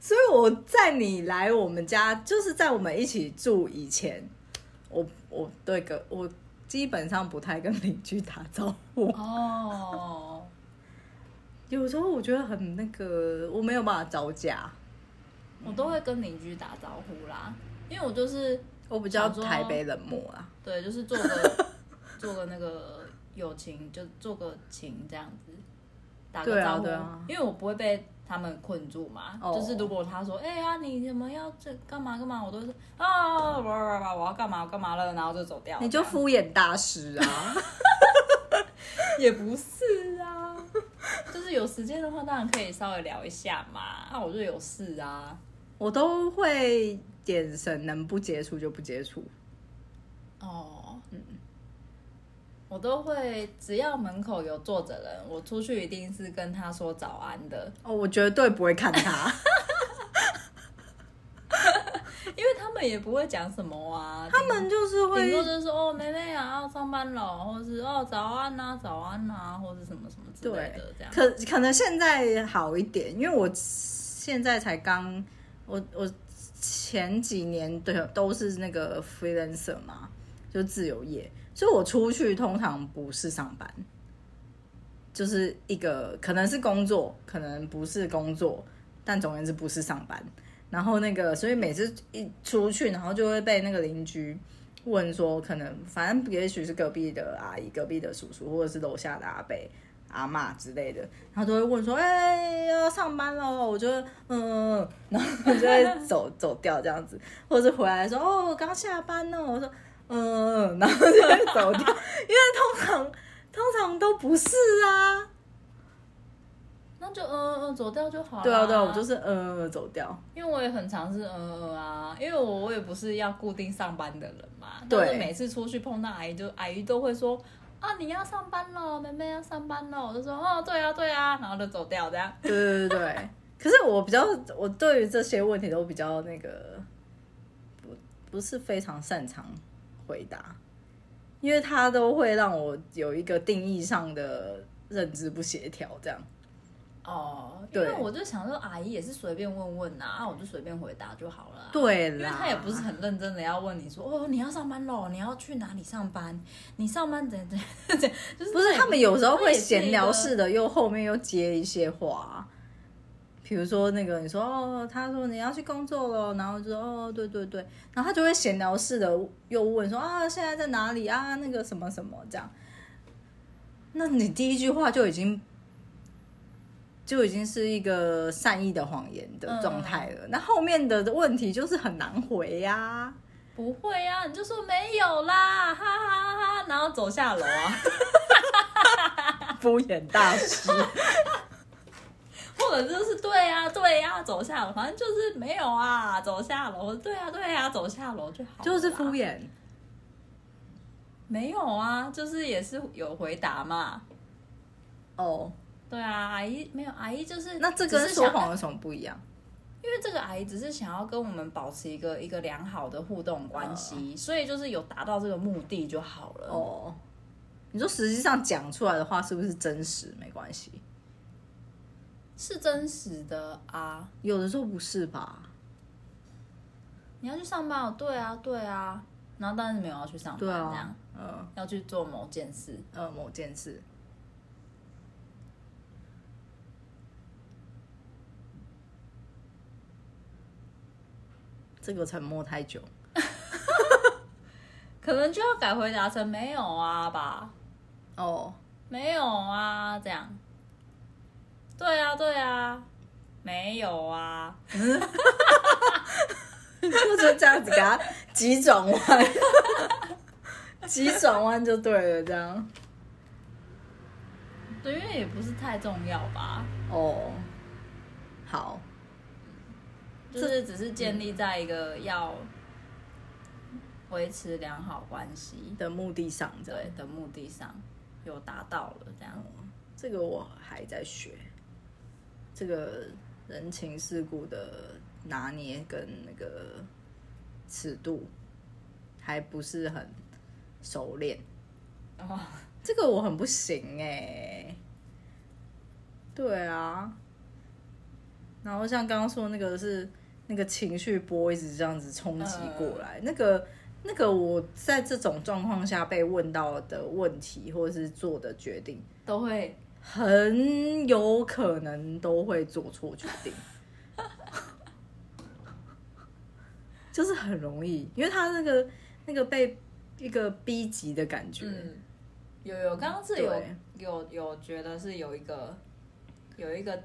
S2: 所以我在你来我们家，就是在我们一起住以前，我我对个我基本上不太跟邻居打招呼。
S1: 哦，
S2: 有时候我觉得很那个，我没有办法招架，
S1: 我都会跟邻居打招呼啦，因为我就是
S2: 我比 较台北冷漠啊。
S1: 对，就是 做个做个那个友情，就做个情这样子，打个
S2: 对啊
S1: 招呼。
S2: 对啊
S1: 因为我不会被他们困住嘛，
S2: 哦
S1: 就是如果他说，哎、呀、你怎么要这干嘛干嘛，我都是啊，哇哇哇，我要干嘛我干嘛了，然后就走掉。
S2: 你就
S1: 这样
S2: 敷衍大师啊！
S1: 也不是啊，就是有时间的话，当然可以稍微聊一下嘛。那、我就有事啊，
S2: 我都会眼神能不接触就不接触。
S1: 哦，嗯，我都会只要门口有坐着人，我出去一定是跟他说早安的，
S2: 哦，我绝对不会看他，
S1: 因为他们也不会讲什么啊，
S2: 他们就是
S1: 顶顶多
S2: 会
S1: 就是说哦，妹妹啊，要上班了，或是哦早安呐、早安呐、或是什么什么之类
S2: 对
S1: 的这样。
S2: 可可能现在好一点，因为我现在才刚，我我前几年对都是那个 freelancer 嘛，就自由业，所以我出去通常不是上班，就是一个可能是工作，可能不是工作，但总而言之不是上班。然后那个，所以每次一出去，然后就会被那个邻居问说，可能反正也许是隔壁的阿姨、隔壁的叔叔，或者是楼下的阿伯，阿嬷之类的，然后都会问说：“哎、要上班了。”我就会嗯， 然后我就会走走掉这样子，或者是回来说：“哦，我刚下班呢。”我说：“嗯。” 然后就会走掉，因为通常通常都不是啊。
S1: 那就嗯嗯嗯走掉就好了。
S2: 对啊，对啊，我就是嗯走掉。
S1: 因为我也很常是嗯嗯啊，因为我我也不是要固定上班的人嘛，
S2: 对
S1: 但是每次出去碰到阿姨就，阿姨都会说啊你要上班了，妹妹要上班了，我就说哦对啊对啊，然后就走掉这样。
S2: 对对对对。可是我比较，我对于这些问题都比较那个，不不是非常擅长回答，因为它都会让我有一个定义上的认知不协调，这样。
S1: 哦，因
S2: 对
S1: 为我就想说阿姨也是随便问问呐、啊，啊我就随便回答就好了啊、
S2: 对啦，
S1: 因为她也不是很认真的要问你说哦你要上班咯，你要去哪里上班，你上班怎怎怎，就是
S2: 不是他们有时候会闲聊
S1: 式
S2: 式的，又后面又接一些话，比如说那个你说哦，他说你要去工作了，然后就说哦，对对对，然后他就会闲聊式的又问说啊，现在在哪里啊？那个什么什么这样，那你第一句话就已经。就已经是一个善意的谎言的状态了，那后面的问题就是很难回呀、
S1: 不会啊，你就说没有啦，哈哈哈哈，然后走下楼啊，
S2: 敷衍大师。
S1: 或者就是对啊对啊，走下楼，反正就是没有啊，走下楼，对啊对啊，走下楼就好了啦，
S2: 就是敷衍，
S1: 没有啊，就是也是有回答嘛，
S2: 哦。
S1: 对啊，阿姨没有，阿姨就是
S2: 那这
S1: 只
S2: 跟
S1: 是
S2: 说
S1: 想
S2: 谎有什么不一样？
S1: 因为这个阿姨只是想要跟我们保持一个一个良好的互动关系，所以就是有达到这个目的就好了。
S2: 啊哦，你说实际上讲出来的话是不是真实？没关系，
S1: 是真实的啊！
S2: 有的时候不是吧？
S1: 你要去上班哦，对啊，对啊，然后但是没有要去上班，
S2: 对
S1: 哦这样
S2: 啊，呃
S1: 要去做某件事。
S2: 呃，某件事，这个沉默太久，
S1: 可能就要改回答成没有啊吧，
S2: 哦，
S1: 没有啊这样。对啊，对啊，没有啊，
S2: 就是这样子给他急转弯， 急转弯就对了，这样
S1: 对，因为也不是太重要吧，
S2: 哦，好，
S1: 就是只是建立在一个要维持良好关系
S2: 的目的上这样
S1: 对的目的上有达到了这样。
S2: 这个我还在学，这个人情世故的拿捏跟那个尺度还不是很熟练，
S1: 哦，
S2: 这个我很不行哎、对啊，然后像刚刚说那个是那个情绪波一直这样子冲击过来，那个那个我在这种状况下被问到的问题或者是做的决定。
S1: 都会
S2: 很有可能都会做错决定， 就是很容易，因为他那个那个被一个逼急的感觉，
S1: 嗯，有有，刚刚是有
S2: 对
S1: 有有觉得是有一个有一个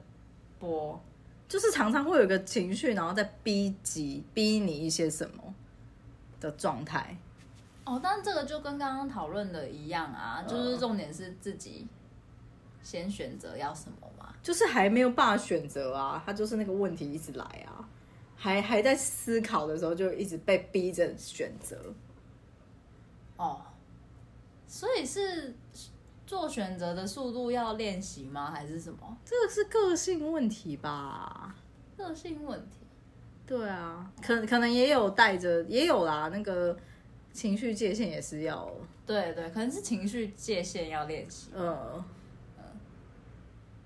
S1: 波，
S2: 就是常常会有一个情绪，然后再逼急逼你一些什么的状态。
S1: 哦，但这个就跟刚刚讨论的一样啊，
S2: 嗯
S1: 就是重点是自己先选择要什么嘛。
S2: 就是还没有办法选择啊，他就是那个问题一直来啊，还还在思考的时候就一直被逼着选择，
S1: 哦，所以是做选择的速度要练习吗？还是什么
S2: 这个是个性问题吧？
S1: 个性问题？
S2: 对啊，可可能也有带着，也有啦，那个情绪界限也是要，
S1: 对对，可能是情绪界限要练习。
S2: 呃，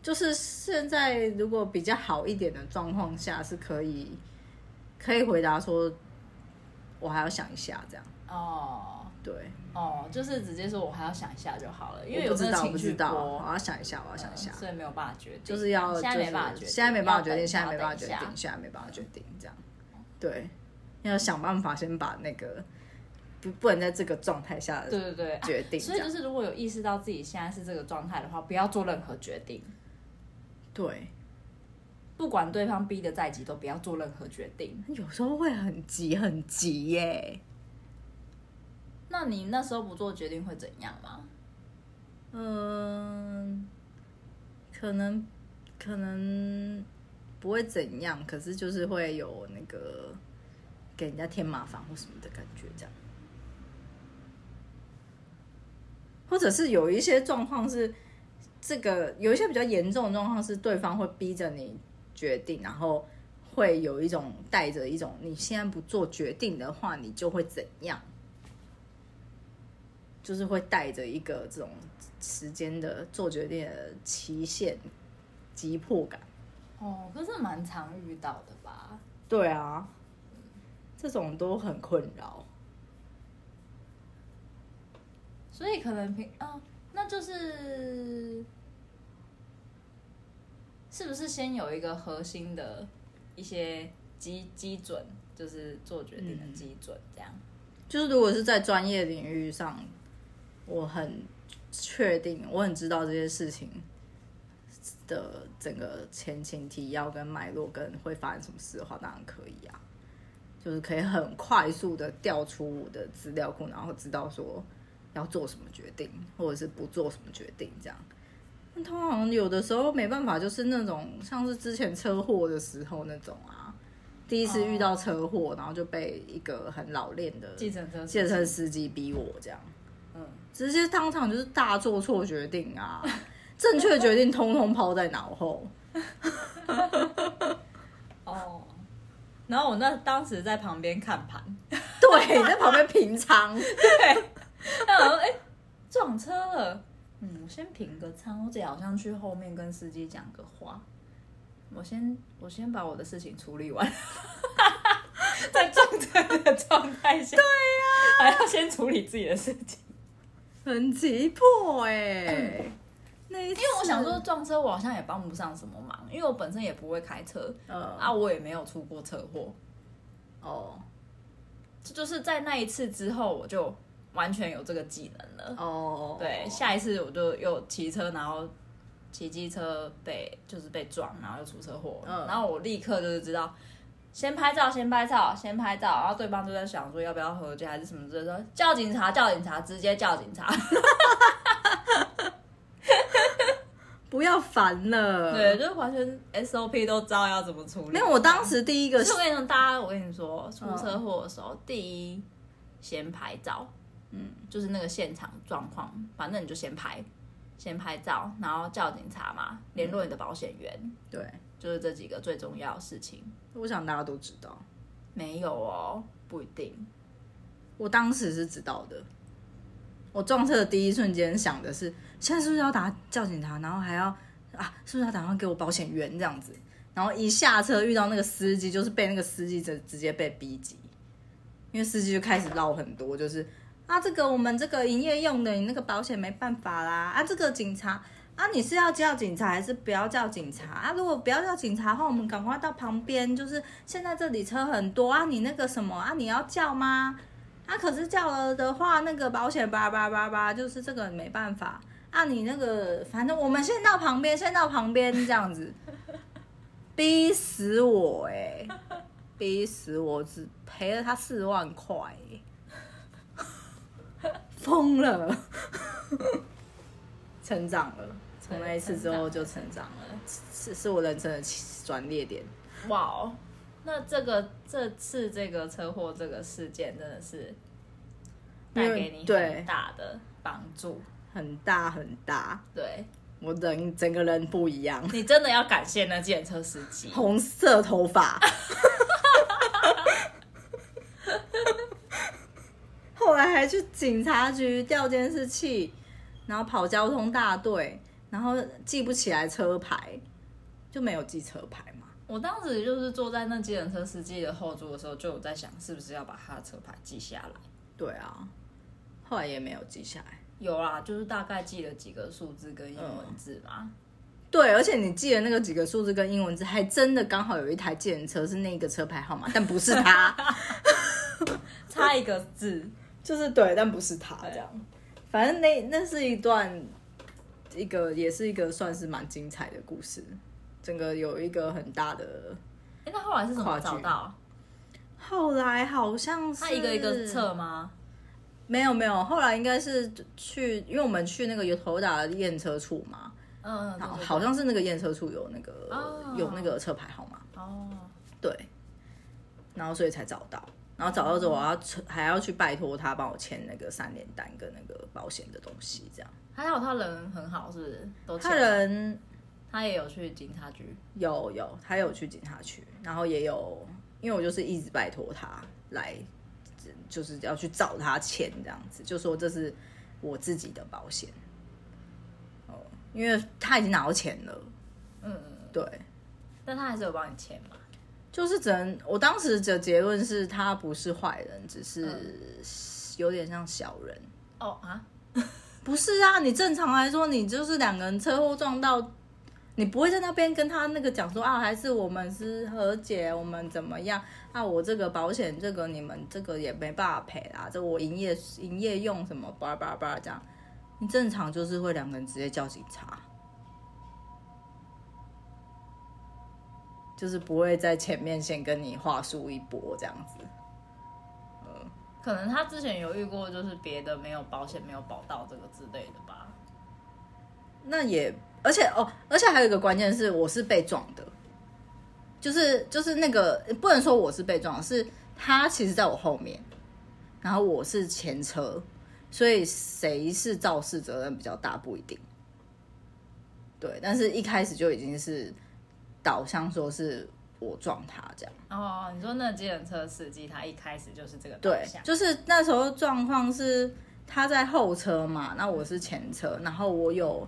S2: 就是现在如果比较好一点的状况下，是可以可以回答说，我还要想一下这样，
S1: 哦
S2: 对，
S1: 哦，就是直接说我还要想一下就好了，因为
S2: 我
S1: 有
S2: 不
S1: 这
S2: 知
S1: 个
S2: 道，我
S1: 情
S2: 不
S1: 绪
S2: 知道，
S1: 波
S2: 我，要想一下，我要想一下
S1: 嗯，所以没有办法决定，
S2: 就是要
S1: 现在没办法决
S2: 就
S1: 定，
S2: 是现在没办法决定，
S1: 要
S2: 现在没办法
S1: 等
S2: 决
S1: 要等
S2: 定，
S1: 一下
S2: 现在没办法决定，这样，对，要想办法先把那个不不能在这个状态下
S1: 对对对，啊
S2: 决定，
S1: 所
S2: 这
S1: 以
S2: 样。
S1: 就是，如果有意识到自己现在是这个状态的话，不要做任何决定，
S2: 对，
S1: 不管对方逼得再急，都不要做任何决定。
S2: 有时候会很急很急耶、
S1: 那你那时候不做决定会怎样吗？
S2: 嗯，可能可能不会怎样，可是就是会有那个给人家添麻烦或什么的感觉，这样。或者是有一些状况是这个有一些比较严重的状况是对方会逼着你决定，然后会有一种带着一种你现在不做决定的话，你就会怎样。就是会带着一个这种时间的做决定的期限急迫感。
S1: 哦，可是蛮常遇到的吧？
S2: 对啊，这种都很困扰。
S1: 所以可能平哦，那就是是不是先有一个核心的一些基基准，就是做决定的基准，这样、
S2: 就是如果是在专业领域上，我很确定，我很知道这些事情的整个前情提要跟脉络跟会发生什么事的话，当然可以啊。就是可以很快速的调出我的资料库，然后知道说要做什么决定，或者是不做什么决定这样。那通常有的时候没办法，就是那种像是之前车祸的时候那种啊，第一次遇到车祸然后就被一个很老练的
S1: 计程车司机
S2: 计程司机逼我这样，
S1: 嗯，
S2: 直接当场就是大做错决定啊， 正确决定通通抛在脑后。
S1: 哦。然后我那当时在旁边看盘，
S2: 对，你在旁边平仓，
S1: 那我说哎、撞车了，嗯，我先平个仓，我姐好像去后面跟司机讲个话，我先我先把我的事情处理完， 在撞车的状态下，对啊呀、还要先处理自己的事情，
S2: 很急迫哎、那因
S1: 嗯因为我想说，撞车我好像也帮不上什么忙，因为我本身也不会开车
S2: 呃，
S1: 啊，我也没有出过车祸，
S2: 哦
S1: 这就是在那一次之后我就完全有这个技能了。
S2: 哦，
S1: 对，下一次我就又骑车，然后骑机车被就是被撞，然后又出车祸，
S2: 嗯
S1: 然后我立刻就是知道。先拍照，先拍照，先拍照，然后对方就在想说要不要和解还是什么之类的，说叫警察，叫警察，直接叫警察。
S2: 不要烦了。
S1: 对，，就是完全 SOP 都知道要怎么处理。
S2: 嗯没有，我当时第一个
S1: 可是我跟你说，大家，我跟你说，出车祸的时候，第一先拍照，嗯，就是那个现场状况，反正你就先拍，先拍照，然后叫警察嘛，联络你的保险员，
S2: 对，
S1: 就是这几个最重要的事情。
S2: 我想大家都知道，
S1: 没有哦，不一定。
S2: 我当时是知道的。我撞车的第一瞬间想的是，现在是不是要打叫警察，然后还要啊，是不是要打电话给我保险员这样子？然后一下车遇到那个司机，就是被那个司机直直接被逼急，因为司机就开始唠很多，就是啊，这个我们这个营业用的，你那个保险没办法啦，啊，这个警察。啊，你是要叫警察还是不要叫警察啊？如果不要叫警察的话，我们赶快到旁边，就是现在这里车很多啊，你那个什么啊，你要叫吗？啊，可是叫了的话，那个保险叭叭叭叭，就是这个没办法啊。你那个，反正我们先到旁边，先到旁边这样子，逼死我哎、逼死我，只赔了他四万块、欸，疯了，成长了，从那一次之后就成长了，是是我人生的 起转捩点。
S1: 哇哦，那这个这次这个车祸这个事件真的是带
S2: 因为
S1: 给你
S2: 对
S1: 很大的帮助。
S2: 很大很大，
S1: 对
S2: 我人整个人不一样，
S1: 你真的要感谢那检车司机，
S2: 红色头发。后来还去警察局调监视器，然后跑交通大队，然后记不起来车牌，就没有记车牌嘛。
S1: 我当时就是坐在那计程车司机的后座的时候，就有在想是不是要把他的车牌记下来。
S2: 对啊，后来也没有记下来。
S1: 有啦，就是大概记了几个数字跟英文字嘛。
S2: 对，而且你记的那个几个数字跟英文字，还真的刚好有一台计程车是那个车牌号码，但不是他。嗯
S1: 差一个字，
S2: 就是对，但不是他这样。反正那那是一段一个也是一个算是蛮精彩的故事，整个有一个很大的。
S1: 哎、那后来是怎么找到？
S2: 后来好像是
S1: 他一个一个测吗？
S2: 没有没有，后来应该是去，因为我们去那个有头打的验车处嘛，
S1: 嗯，对
S2: 好
S1: 对对
S2: 好像是那个验车处有那个、
S1: 哦
S2: 有那个车牌号码，
S1: 哦，
S2: 对，然后所以才找到，然后找到之后我要还要去拜托他帮我签那个三联单跟那个保险的东西，这样。
S1: 还好他人很好，是不是？都签
S2: 他人
S1: 他也有去警察局，
S2: 有有，他有去警察局，然后也有，因为我就是一直拜托他来，就是要去找他签这样子，就说这是我自己的保险。哦，因为他已经拿到钱了，
S1: 嗯，
S2: 对，
S1: 但他还是有帮你签嘛。
S2: 就是只能我当时的结论是他不是坏人，只
S1: 嗯
S2: 是有点像小人。
S1: 哦啊，
S2: 不是啊，你正常来说，你就是两个人车祸撞到，你不会在那边跟他那个讲说啊，还是我们是和解，我们怎么样啊？我这个保险这个你们这个也没办法赔啦，这我营业营业用什么叭叭叭这样，你正常就是会两个人直接叫警察，就是不会在前面先跟你话术一波这样子。
S1: 可能他之前有遇过，就是别的没有保险没有保到这个之类的吧。
S2: 那也，而且哦，而且还有一个关键是，我是被撞的，就是就是那个不能说我是被撞，是他其实在我后面，然后我是前车，所以谁是肇事责任比较大不一定。对，但是一开始就已经是导向说是我撞他这样。
S1: 哦，你说那计程车司机他一开始就是这个
S2: 对
S1: 导向，
S2: 就是那时候状况是他在后车嘛，那我是前车，然后我有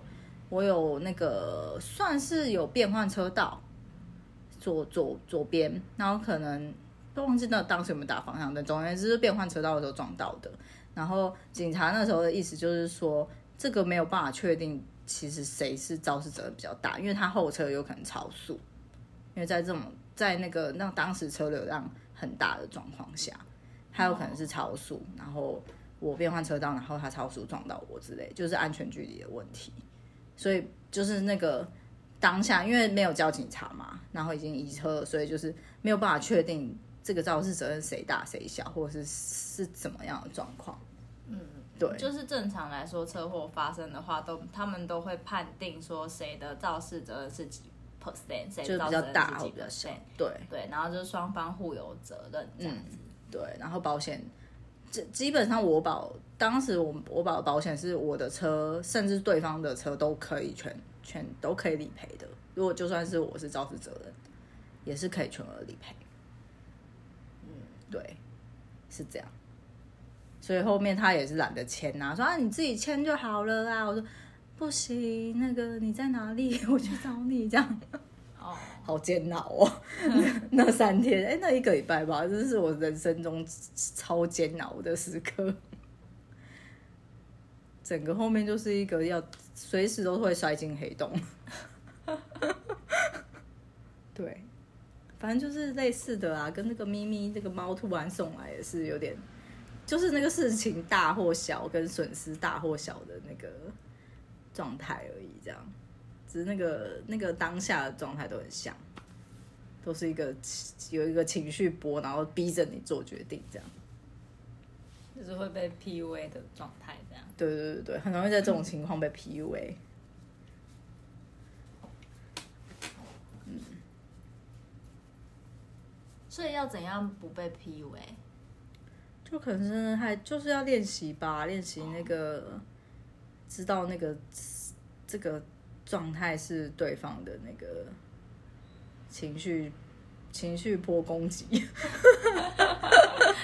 S2: 我有那个算是有变换车道，左左左边，然后可能都忘记那当时有没有打方向灯，总而言之是变换车道的时候撞到的。然后警察那时候的意思就是说，这个没有办法确定，其实谁是肇事责任比较大，因为他后车有可能超速，因为在这种在那个让当时车流量很大的状况下，他有可能是超速，然后我变换车道，然后他超速撞到我之类，就是安全距离的问题。所以就是那个当下，因为没有叫警察嘛，然后已经移车了，所以就是没有办法确定这个肇事责任谁大谁小，或者是是怎么样的状况。嗯，对，
S1: 就是正常来说，车祸发生的话，都他们都会判定说谁的肇事责任是几 percent，谁
S2: 就是
S1: 的
S2: 比较
S1: 肇事责任
S2: 大
S1: 是
S2: 或
S1: 几
S2: 比较小
S1: percent，。
S2: 对
S1: 对，然后就是双方互有责任这
S2: 嗯
S1: 样子。
S2: 对，然后保险，这基本上我保当时我我保的保险是我的车，甚至对方的车都可以全全都可以理赔的。如果就算是我是肇事责任，也是可以全额理赔。嗯，对，是这样。所以后面他也是懒得签呐、说啊你自己签就好了啦。我说不行，那个你在哪里？ 我去找你这样。
S1: 哦，
S2: 好煎熬哦， 那三天，哎、那一个礼拜吧，这是我人生中超煎熬的时刻。 整个后面就是一个要随时都会摔进黑洞。 对，反正就是类似的啊，跟那个咪咪这个猫突然送来也是有点，就是那个事情大或小跟损失大或小的那个状态而已，这样。只是那个那个当下的状态都很像，都是一个有一个情绪波，然后逼着你做决定，这样。
S1: 就是会被 PUA 的状态这样。
S2: 对对对对，很容易在这种情况被 PUA。嗯，
S1: 所以要怎样不被 PUA？
S2: 就可能真的还就是要练习吧，练习那个知道那个这个状态是对方的那个情绪情绪波攻击。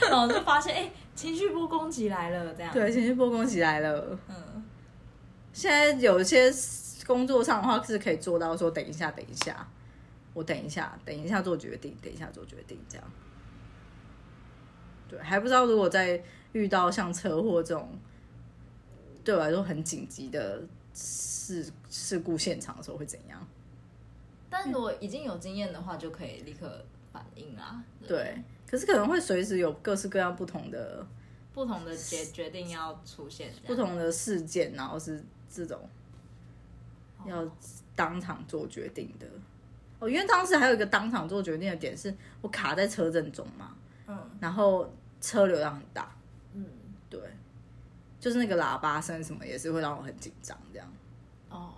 S1: 然后就发现，哎、情绪波攻击来了，这样。
S2: 对，情绪波攻击来了。
S1: 嗯，
S2: 现在有些工作上的话是可以做到说，等一下，等一下，我等一下，等一下做决定，等一下做决定这样。对，还不知道如果在遇到像车祸这种对我来说很紧急的事事故现场的时候会怎样？嗯
S1: 但如果已经有经验的话，就可以立刻反应啊啦。不，
S2: 对，可是可能会随时有各式各样不同的
S1: 不同的决决定要出现，
S2: 不同的事件，然后是这种
S1: 这样
S2: 要当场做决定的。哦，因为当时还有一个当场做决定的点是，我卡在车阵中嘛，
S1: 嗯
S2: 然后车流量很大，
S1: 嗯
S2: 对，就是那个喇叭声什么也是会让我很紧张，这样。
S1: 哦，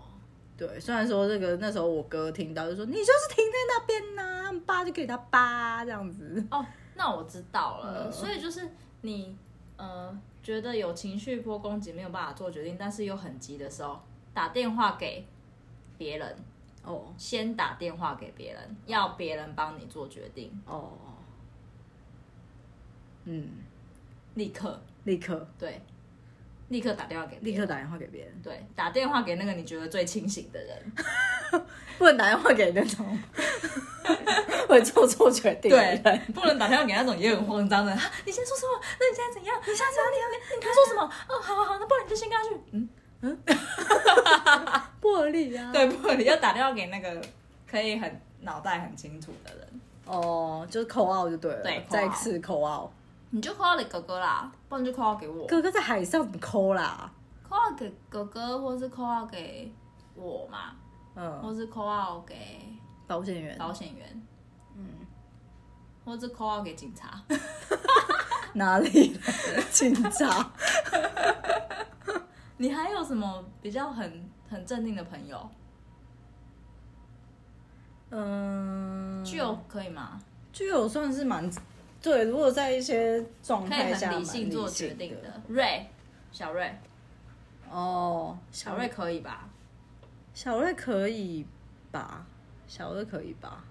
S2: 对，虽然说这个那时候我哥听到就说你就是停在那边呐、他们扒就给他扒这样子，
S1: 哦，那我知道了。
S2: 嗯
S1: 所以就是你呃，觉得有情绪波攻击没有办法做决定，但是又很急的时候，打电话给别人，
S2: 哦
S1: 先打电话给别人，要别人帮你做决定，
S2: 哦，嗯，
S1: 立刻
S2: 立刻
S1: 对，立刻打电话给别
S2: 立
S1: 人
S2: 刻打电话给别人，
S1: 对打电话给那个你觉得最清醒的人，
S2: 不能打电话给那种 会做错决定的人。
S1: 不能打电话给那种也很慌张的。啊 你先说什么？那你现在怎样？你现在怎样？你你你刚说什么？哦，好好好，那不然你就先跟他去。 嗯，
S2: 魄力啊，
S1: 对，不，你要打电话给那个可以很脑袋很清楚的人。
S2: 哦，就是口号就对了，
S1: 对
S2: 再次口号。
S1: 你就 call 你哥哥啦，不然就 call 给我
S2: 哥哥在海上怎么抠啦？
S1: ，call 给哥哥，或是 call 给我嘛，
S2: 嗯，
S1: 或是 call 给
S2: 保险员
S1: 保险员，嗯，或是 call 给警 察，
S2: 哪里 来的警 察？
S1: 你还有什么比较很很镇定的朋友？
S2: 嗯，
S1: 具有可以吗？
S2: 具有算是蛮对，如果在一些状
S1: 可以
S2: 态下
S1: 很
S2: 蛮
S1: 理性做决定
S2: 的。
S1: 的。瑞，小瑞，
S2: 哦，
S1: 小瑞可以吧？
S2: 小瑞可以吧？小瑞可以吧？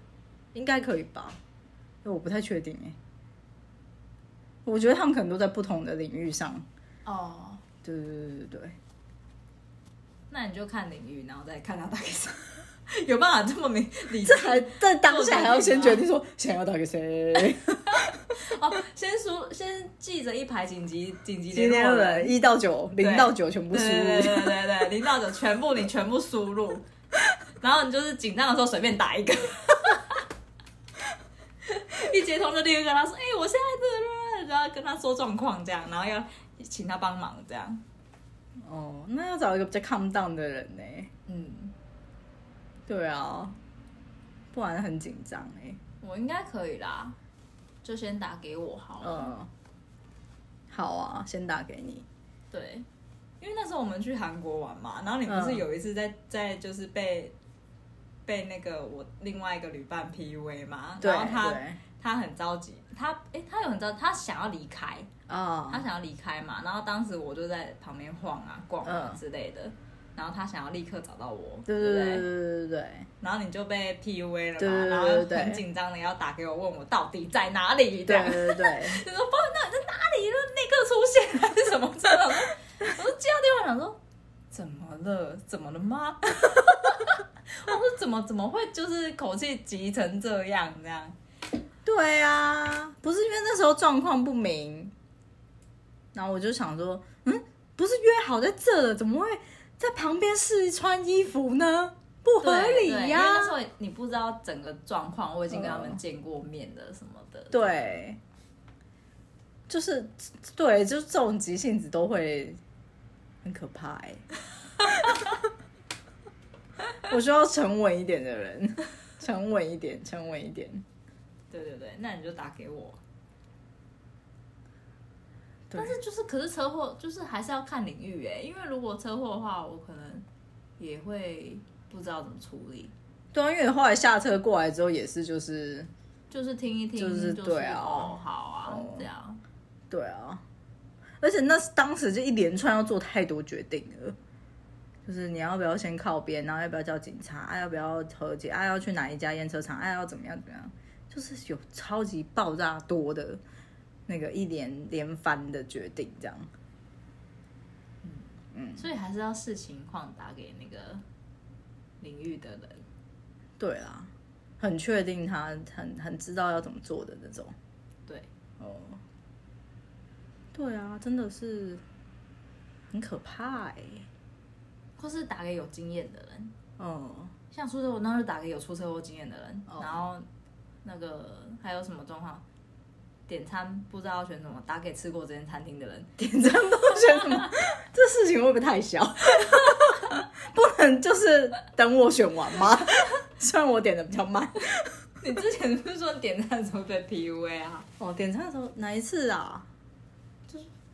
S2: 应该可以吧？因为我不太确定哎、我觉得他们可能都在不同的领域上。
S1: 哦，
S2: 对对对对对。
S1: 那你就看领域，然后再看他大概是 有办法这么明理
S2: 这
S1: 性
S2: 还在当下还要先决定说想要打给谁，
S1: 哦。先输，先记着一排紧急紧急
S2: 今
S1: 联
S2: 天
S1: 络
S2: 人
S1: 人，
S2: 一到九，零到九全部
S1: 对
S2: 输
S1: 对
S2: 入，
S1: 对对对，零到九全部你全部输 入，然后你就是紧张的时候随便打一个。 一接通就立刻跟他说：“哎、我现在这个，然后跟他说状况这样，然后要请他帮忙这样。
S2: 哦，那要找一个比较 calm down 的人呢、
S1: 嗯，
S2: 对啊，不然很紧张哎。
S1: 我应该可以啦，就先打给我好了。
S2: 嗯，好啊，先打给你。
S1: 对，因为那时候我们去韩国玩嘛，然后你不是
S2: 嗯
S1: 有一次在、在就是被被那个我另外一个旅伴 PUA 嘛，
S2: 对
S1: 然后他
S2: 对
S1: 他很着急，他诶，他有很着，他想要离开，他
S2: 啊，
S1: 想要离开嘛，然后当时我就在旁边晃啊逛啊
S2: 嗯
S1: 之类的。然后他想要立刻找到我，
S2: 对
S1: 不
S2: 对对对对对对
S1: 然后你就被 PUA 了嘛，
S2: 对对对
S1: 然后
S2: 对
S1: 很紧张的要打给我，问我到底在哪里？这样
S2: 对对对，
S1: 就说不知道你到底在哪里了，那个出现还是什么之类的。我说我就接到电话，想说怎么了？ 怎么了吗？我说怎么怎么会就是口气急成这样这样？
S2: 对啊，不是因为那时候状况不明，然后我就想说，嗯，不是约好在这了，怎么会在旁边试穿衣服呢？不合理
S1: 对对因为
S2: 呀、
S1: 那时候你不知道整个状况，我已经跟他们
S2: 嗯
S1: 见过面了什么的。
S2: 对，就是对，就是这种急性子都会很可怕 哎、我需要沉稳一点的人，沉稳一点，沉稳一点。
S1: 对对对，那你就打给我。
S2: 对
S1: 但是就是，可是车祸就是还是要看领域哎，因为如果车祸的话，我可能也会不知道怎么处理。
S2: 对啊，因为后来下车过来之后也是就是
S1: 就是听一听，
S2: 就是对啊
S1: 哦，好啊，
S2: 哦
S1: 这样，
S2: 对啊，而且那是当时就一连串要做太多决定了，就是你要不要先靠边，然后要不要叫警察，啊要不要和解，啊要去哪一家验车厂，啊要怎么样怎么样，就是有超级爆炸多的那个一连连番的决定这样。
S1: 所以还是要视情况打给那个领域的人。
S2: 对啦，很确定他很很知道要怎么做的那种。
S1: 对，
S2: 哦，对啊，真的是很可怕哎、
S1: 或是打给有经验的人，
S2: 嗯。
S1: 像出车祸，那就打给有出车祸经验的人。
S2: 哦
S1: 然后那个还有什么状况？点餐不知道选什么，打给吃过这间餐厅的人。
S2: 点赞不选什 么？这事情会不会太小？ 不能就是等我选完吗？ 虽然我点的比较慢。
S1: 你之前不是说点餐的时候被 PUA 啊？
S2: 哦，点餐的时候哪一次啊？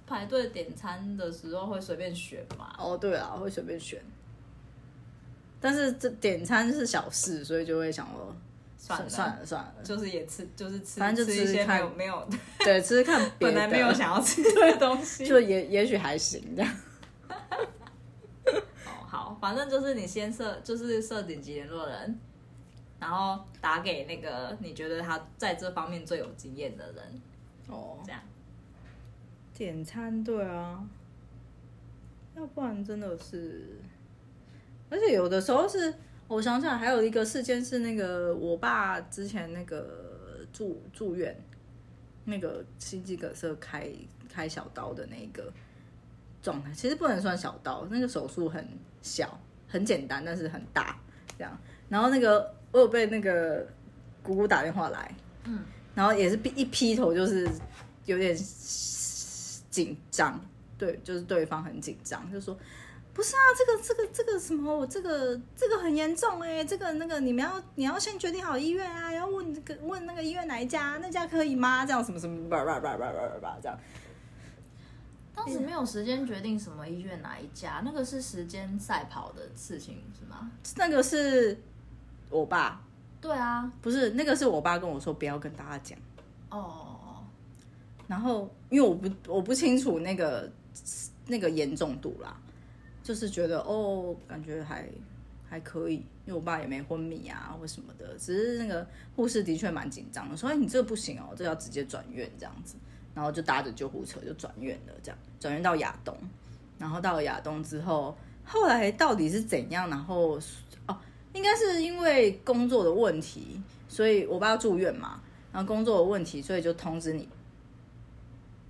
S1: 排队点餐的时候会随便选嘛？
S2: 哦，对啊，会随便选。但是这点餐是小事，所以就会想说，
S1: 算了
S2: 算了算了，
S1: 就是也吃，就是吃，
S2: 反正就
S1: 吃一
S2: 吃
S1: 些没
S2: 看
S1: 有没有，
S2: 对，只是看别
S1: 本
S2: 的，
S1: 来没有想要吃的东西。
S2: 就也也许还行这样。
S1: 哦，好，反正就是你先设，就是设紧急联络人，然后打给那个你觉得他在这方面最有经验的人，
S2: 哦
S1: 这，样。
S2: 点餐对啊，要不然真的是，而且有的时候是我想起来还有一个事件是那个我爸之前那个住住院，那个心肌梗塞开开小刀的那个状态，其实不能算小刀，那个手术很小很简单，但是很大这样。然后那个我有被那个姑姑打电话来，
S1: 嗯，
S2: 然后也是一劈头就是有点紧张，对，就是对方很紧张，就说不是啊，这个这个这个什么，我这个这个很严重哎、这个那个你们要你要先决定好医院啊，要问这个问那个医院哪一家，那家可以吗？这样什么什么叭叭叭叭叭叭叭这样，
S1: 当时没有时间决定什么医院哪一家，那个是时间赛跑的事情是吗？
S2: 那个是我爸，
S1: 对啊，
S2: 不是那个是我爸跟我说不要跟大家讲。
S1: 哦哦
S2: 然后因为我不我不清楚那个那个严重度啦，就是觉得哦，感觉还还可以，因为我爸也没昏迷啊或什么的，只是那个护士的确蛮紧张的，说哎你这个不行哦，这要直接转院这样子，然后就搭着救护车就转院了，这样转院到亚东，然后到了亚东之后，后来到底是怎样，然后哦应该是因为工作的问题，所以我爸住院嘛。然后工作的问题，所以就通知你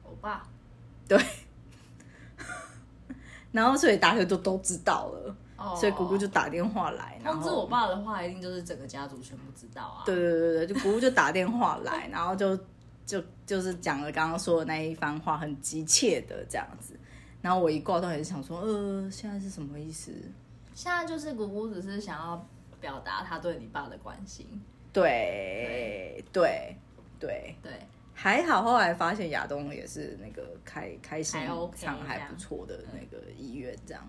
S1: 哦，我爸
S2: 然后所以大家就都知道了，
S1: 哦，
S2: 所以姑姑就打电话来，然
S1: 通知
S2: 后
S1: 我。爸的话，一定就是整个家族全部知道啊。
S2: 对对对对，就姑姑就打电话来，然后就就就是讲了刚刚说的那一番话，很急切的这样子。然后我一挂断也是想说，呃，现在是什么意思？
S1: 现在就是姑姑只是想要表达她对你爸的关心，
S2: 对对对，
S1: 对，
S2: 还好后来发现亚东也是那个开开心
S1: 还 OK
S2: 肠还
S1: 这样
S2: 不错的那个医院这样。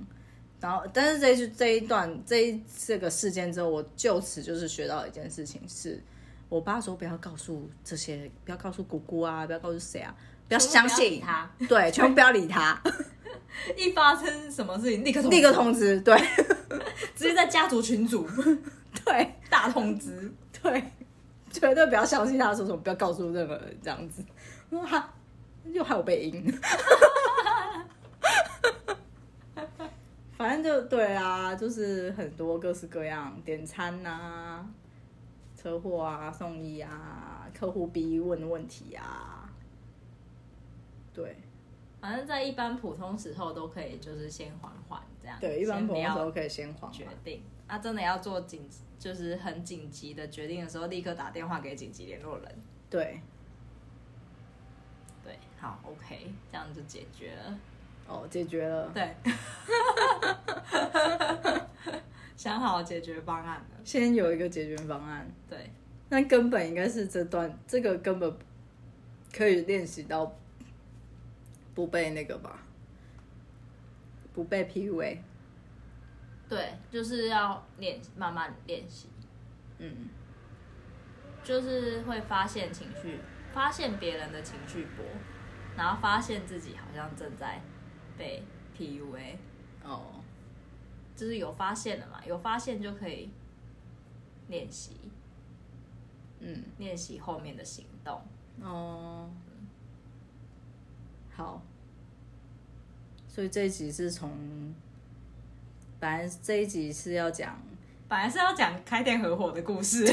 S2: 然后，但是这一这一段这一这个事件之后，我就此就是学到一件事情是，我爸说不要告诉这些，不要告诉姑姑啊，不要告诉谁啊，不要相信，
S1: 他，
S2: 对，全部不要理 他，
S1: 一发生什么事情立刻通知
S2: 立刻通知，对
S1: 直接在家族群组
S2: 对
S1: 大通知，
S2: 对，绝对不要相信他说什么，不要告诉任何人这样子。哇，又害我被阴。反正就对啊，就是很多各式各样点餐啊、车祸啊、送医啊、客户逼问问题啊，对
S1: 反正在一般普通时候都可以，就是先缓缓这样，
S2: 对，一般
S1: 啊
S2: 朋
S1: 先不
S2: 友的时候
S1: 要
S2: 可以先缓
S1: 决
S2: 缓。
S1: 定。啊，真的要做紧，就是很紧急的决定的时候，立刻打电话给紧急联络人。
S2: 对，
S1: 对，好，OK，这样就解决了。
S2: 哦，解决了。
S1: 对，想好解决方案了。
S2: 先有一个解决方案，
S1: 对，
S2: 那根本应该是这段这个根本可以练习到不被那个吧，不被 PUA。
S1: 对，就是要练，慢慢练习，
S2: 嗯，
S1: 就是会发现情绪，发现别人的情绪波，然后发现自己好像正在被 PUA，
S2: 哦，
S1: 就是有发现了嘛，有发现就可以练习，
S2: 嗯，
S1: 练习后面的行动。
S2: 哦，好。所以这一集是从，本来这一集是要讲，
S1: 本来是要讲开店合伙的故事，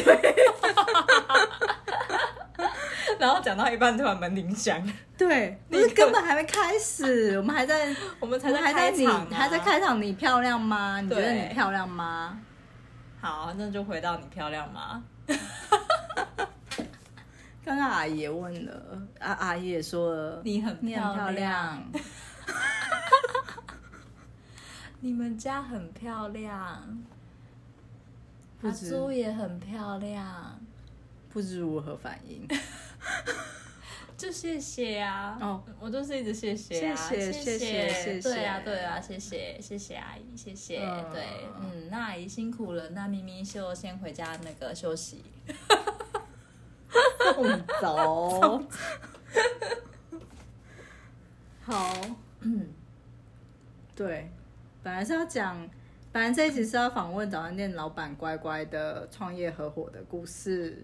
S1: 然后讲到一半突然门铃响，
S2: 对，不是根本还没开始，我们还在，
S1: 我们才
S2: 我们还在
S1: 开
S2: 你
S1: 场、啊，
S2: 还在。开场，你漂亮吗？你觉得
S1: 对
S2: 你漂亮吗？
S1: 好，那就回到你漂亮吗？
S2: 刚刚阿姨也问了，阿、阿姨也说了，
S1: 你很
S2: 你很漂
S1: 漂亮，
S2: 亮，
S1: 你们家很漂亮，
S2: 不
S1: 阿
S2: 止
S1: 朱也很漂亮，
S2: 不知如何反应。
S1: 就谢谢啊。
S2: 哦，
S1: 我就是一直谢谢啊，
S2: 谢谢谢
S1: 谢
S2: 谢谢谢
S1: 对啊对啊，谢谢谢谢阿姨，谢谢，
S2: 嗯
S1: 对，嗯，那阿姨辛苦了，那咪咪就先回家那个休息。
S2: 送走。好，
S1: 嗯，
S2: 对，本来是要讲，本来这一集是要访问早餐店老板乖乖的创业合伙的故事。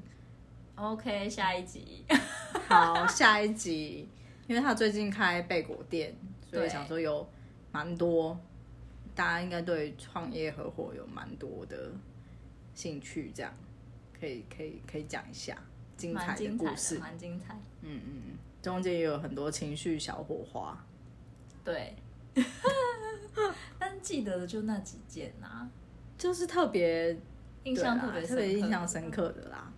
S1: OK，下一集。
S2: 好，下一集，因为他最近开贝果店，所以
S1: 对
S2: 想说有蛮多，大家应该对创业合伙有蛮多的兴趣，这样可以可以可以讲一下精彩
S1: 蛮
S2: 的
S1: 精
S2: 故
S1: 彩
S2: 事
S1: 的，。蛮精彩。
S2: 嗯嗯，嗯，中间也有很多情绪小火花。
S1: 对， 但记得的就那几件啊，
S2: 就是特别
S1: 印象
S2: 对
S1: 特
S2: 啦
S1: 别
S2: 特别印象
S1: 深
S2: 深刻的啦，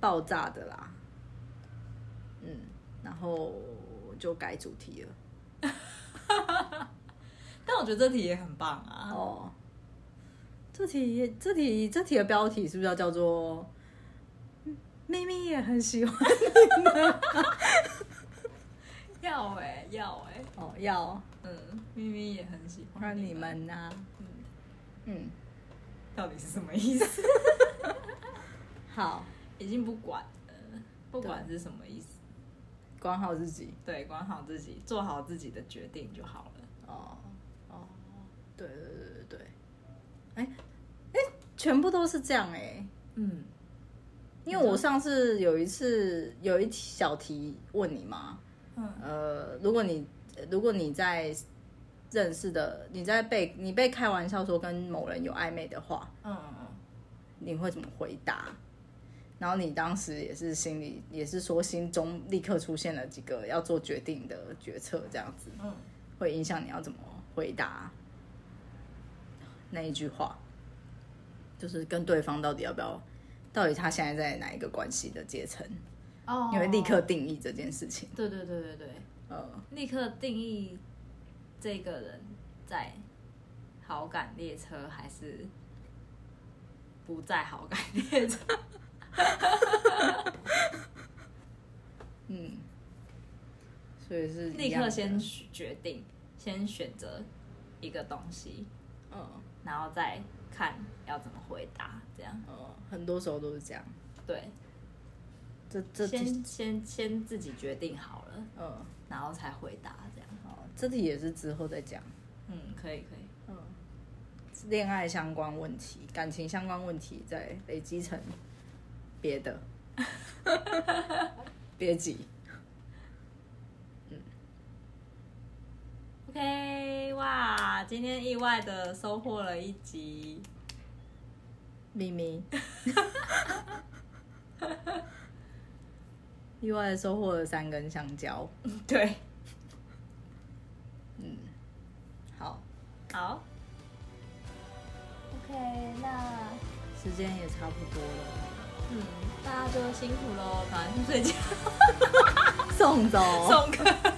S2: 爆炸的啦，嗯，然后就改主题了。
S1: 刻。但我觉得这题也很棒啊。
S2: 哦，这题这题这题的标题是不是要叫做嗯“咪咪也很喜欢
S1: 要哎、要哎、”？
S2: 哦，要
S1: 嗯，咪咪也很喜欢
S2: 让你们呐、
S1: 嗯
S2: 嗯，
S1: 到底是什么 意思？
S2: 好，
S1: 已经不管了，不
S2: 啊
S1: 管是什么意思，
S2: 管好自己。
S1: 对，管好自己，做好自己的决定就好了。
S2: 哦哦，对对对对对，哎哎，全部都是这样哎、
S1: 嗯，
S2: 因为我上次有一次有一小题问你嘛，
S1: 嗯
S2: 呃，如果你如果你在认识的，你在被你被开玩笑说跟某人有暧昧的话，
S1: 嗯嗯
S2: 你会怎么回答？然后你当时也是心里也是说心中立刻出现了几个要做决定的决策，这样子
S1: 嗯，
S2: 会影响你要怎么回答那一句话，就是跟对方到底要不要，到底他现在在哪一个关系的阶层？
S1: 哦
S2: 你会立刻，定义这件事情。
S1: 对对对哦对对，
S2: 呃，
S1: 立刻定义这个人在好感列车还是不在好感列车？
S2: 嗯，所以是一
S1: 立
S2: 样的
S1: 刻先决定，先选择一个东西，
S2: 嗯
S1: 然后再看要怎么回答。这样
S2: 嗯，很多时候都是这样。
S1: 对，
S2: 这这题
S1: 先先先自己决定好了，
S2: 嗯，
S1: 然后才回答。这样，
S2: 好，这题也是之后再讲。
S1: 嗯，可以可以，
S2: 嗯，恋爱相关问题、感情相关问题，再累积成别 的。别急，
S1: OK，哇，今天意外的收获了一集。
S2: 咪咪。 意外的收获了三根香蕉。
S1: 对，
S2: 好，
S1: 好。OK，那
S2: 时间也差不多了，
S1: 嗯，大家就辛苦喽，赶快去睡觉，
S2: 送走，
S1: 送客。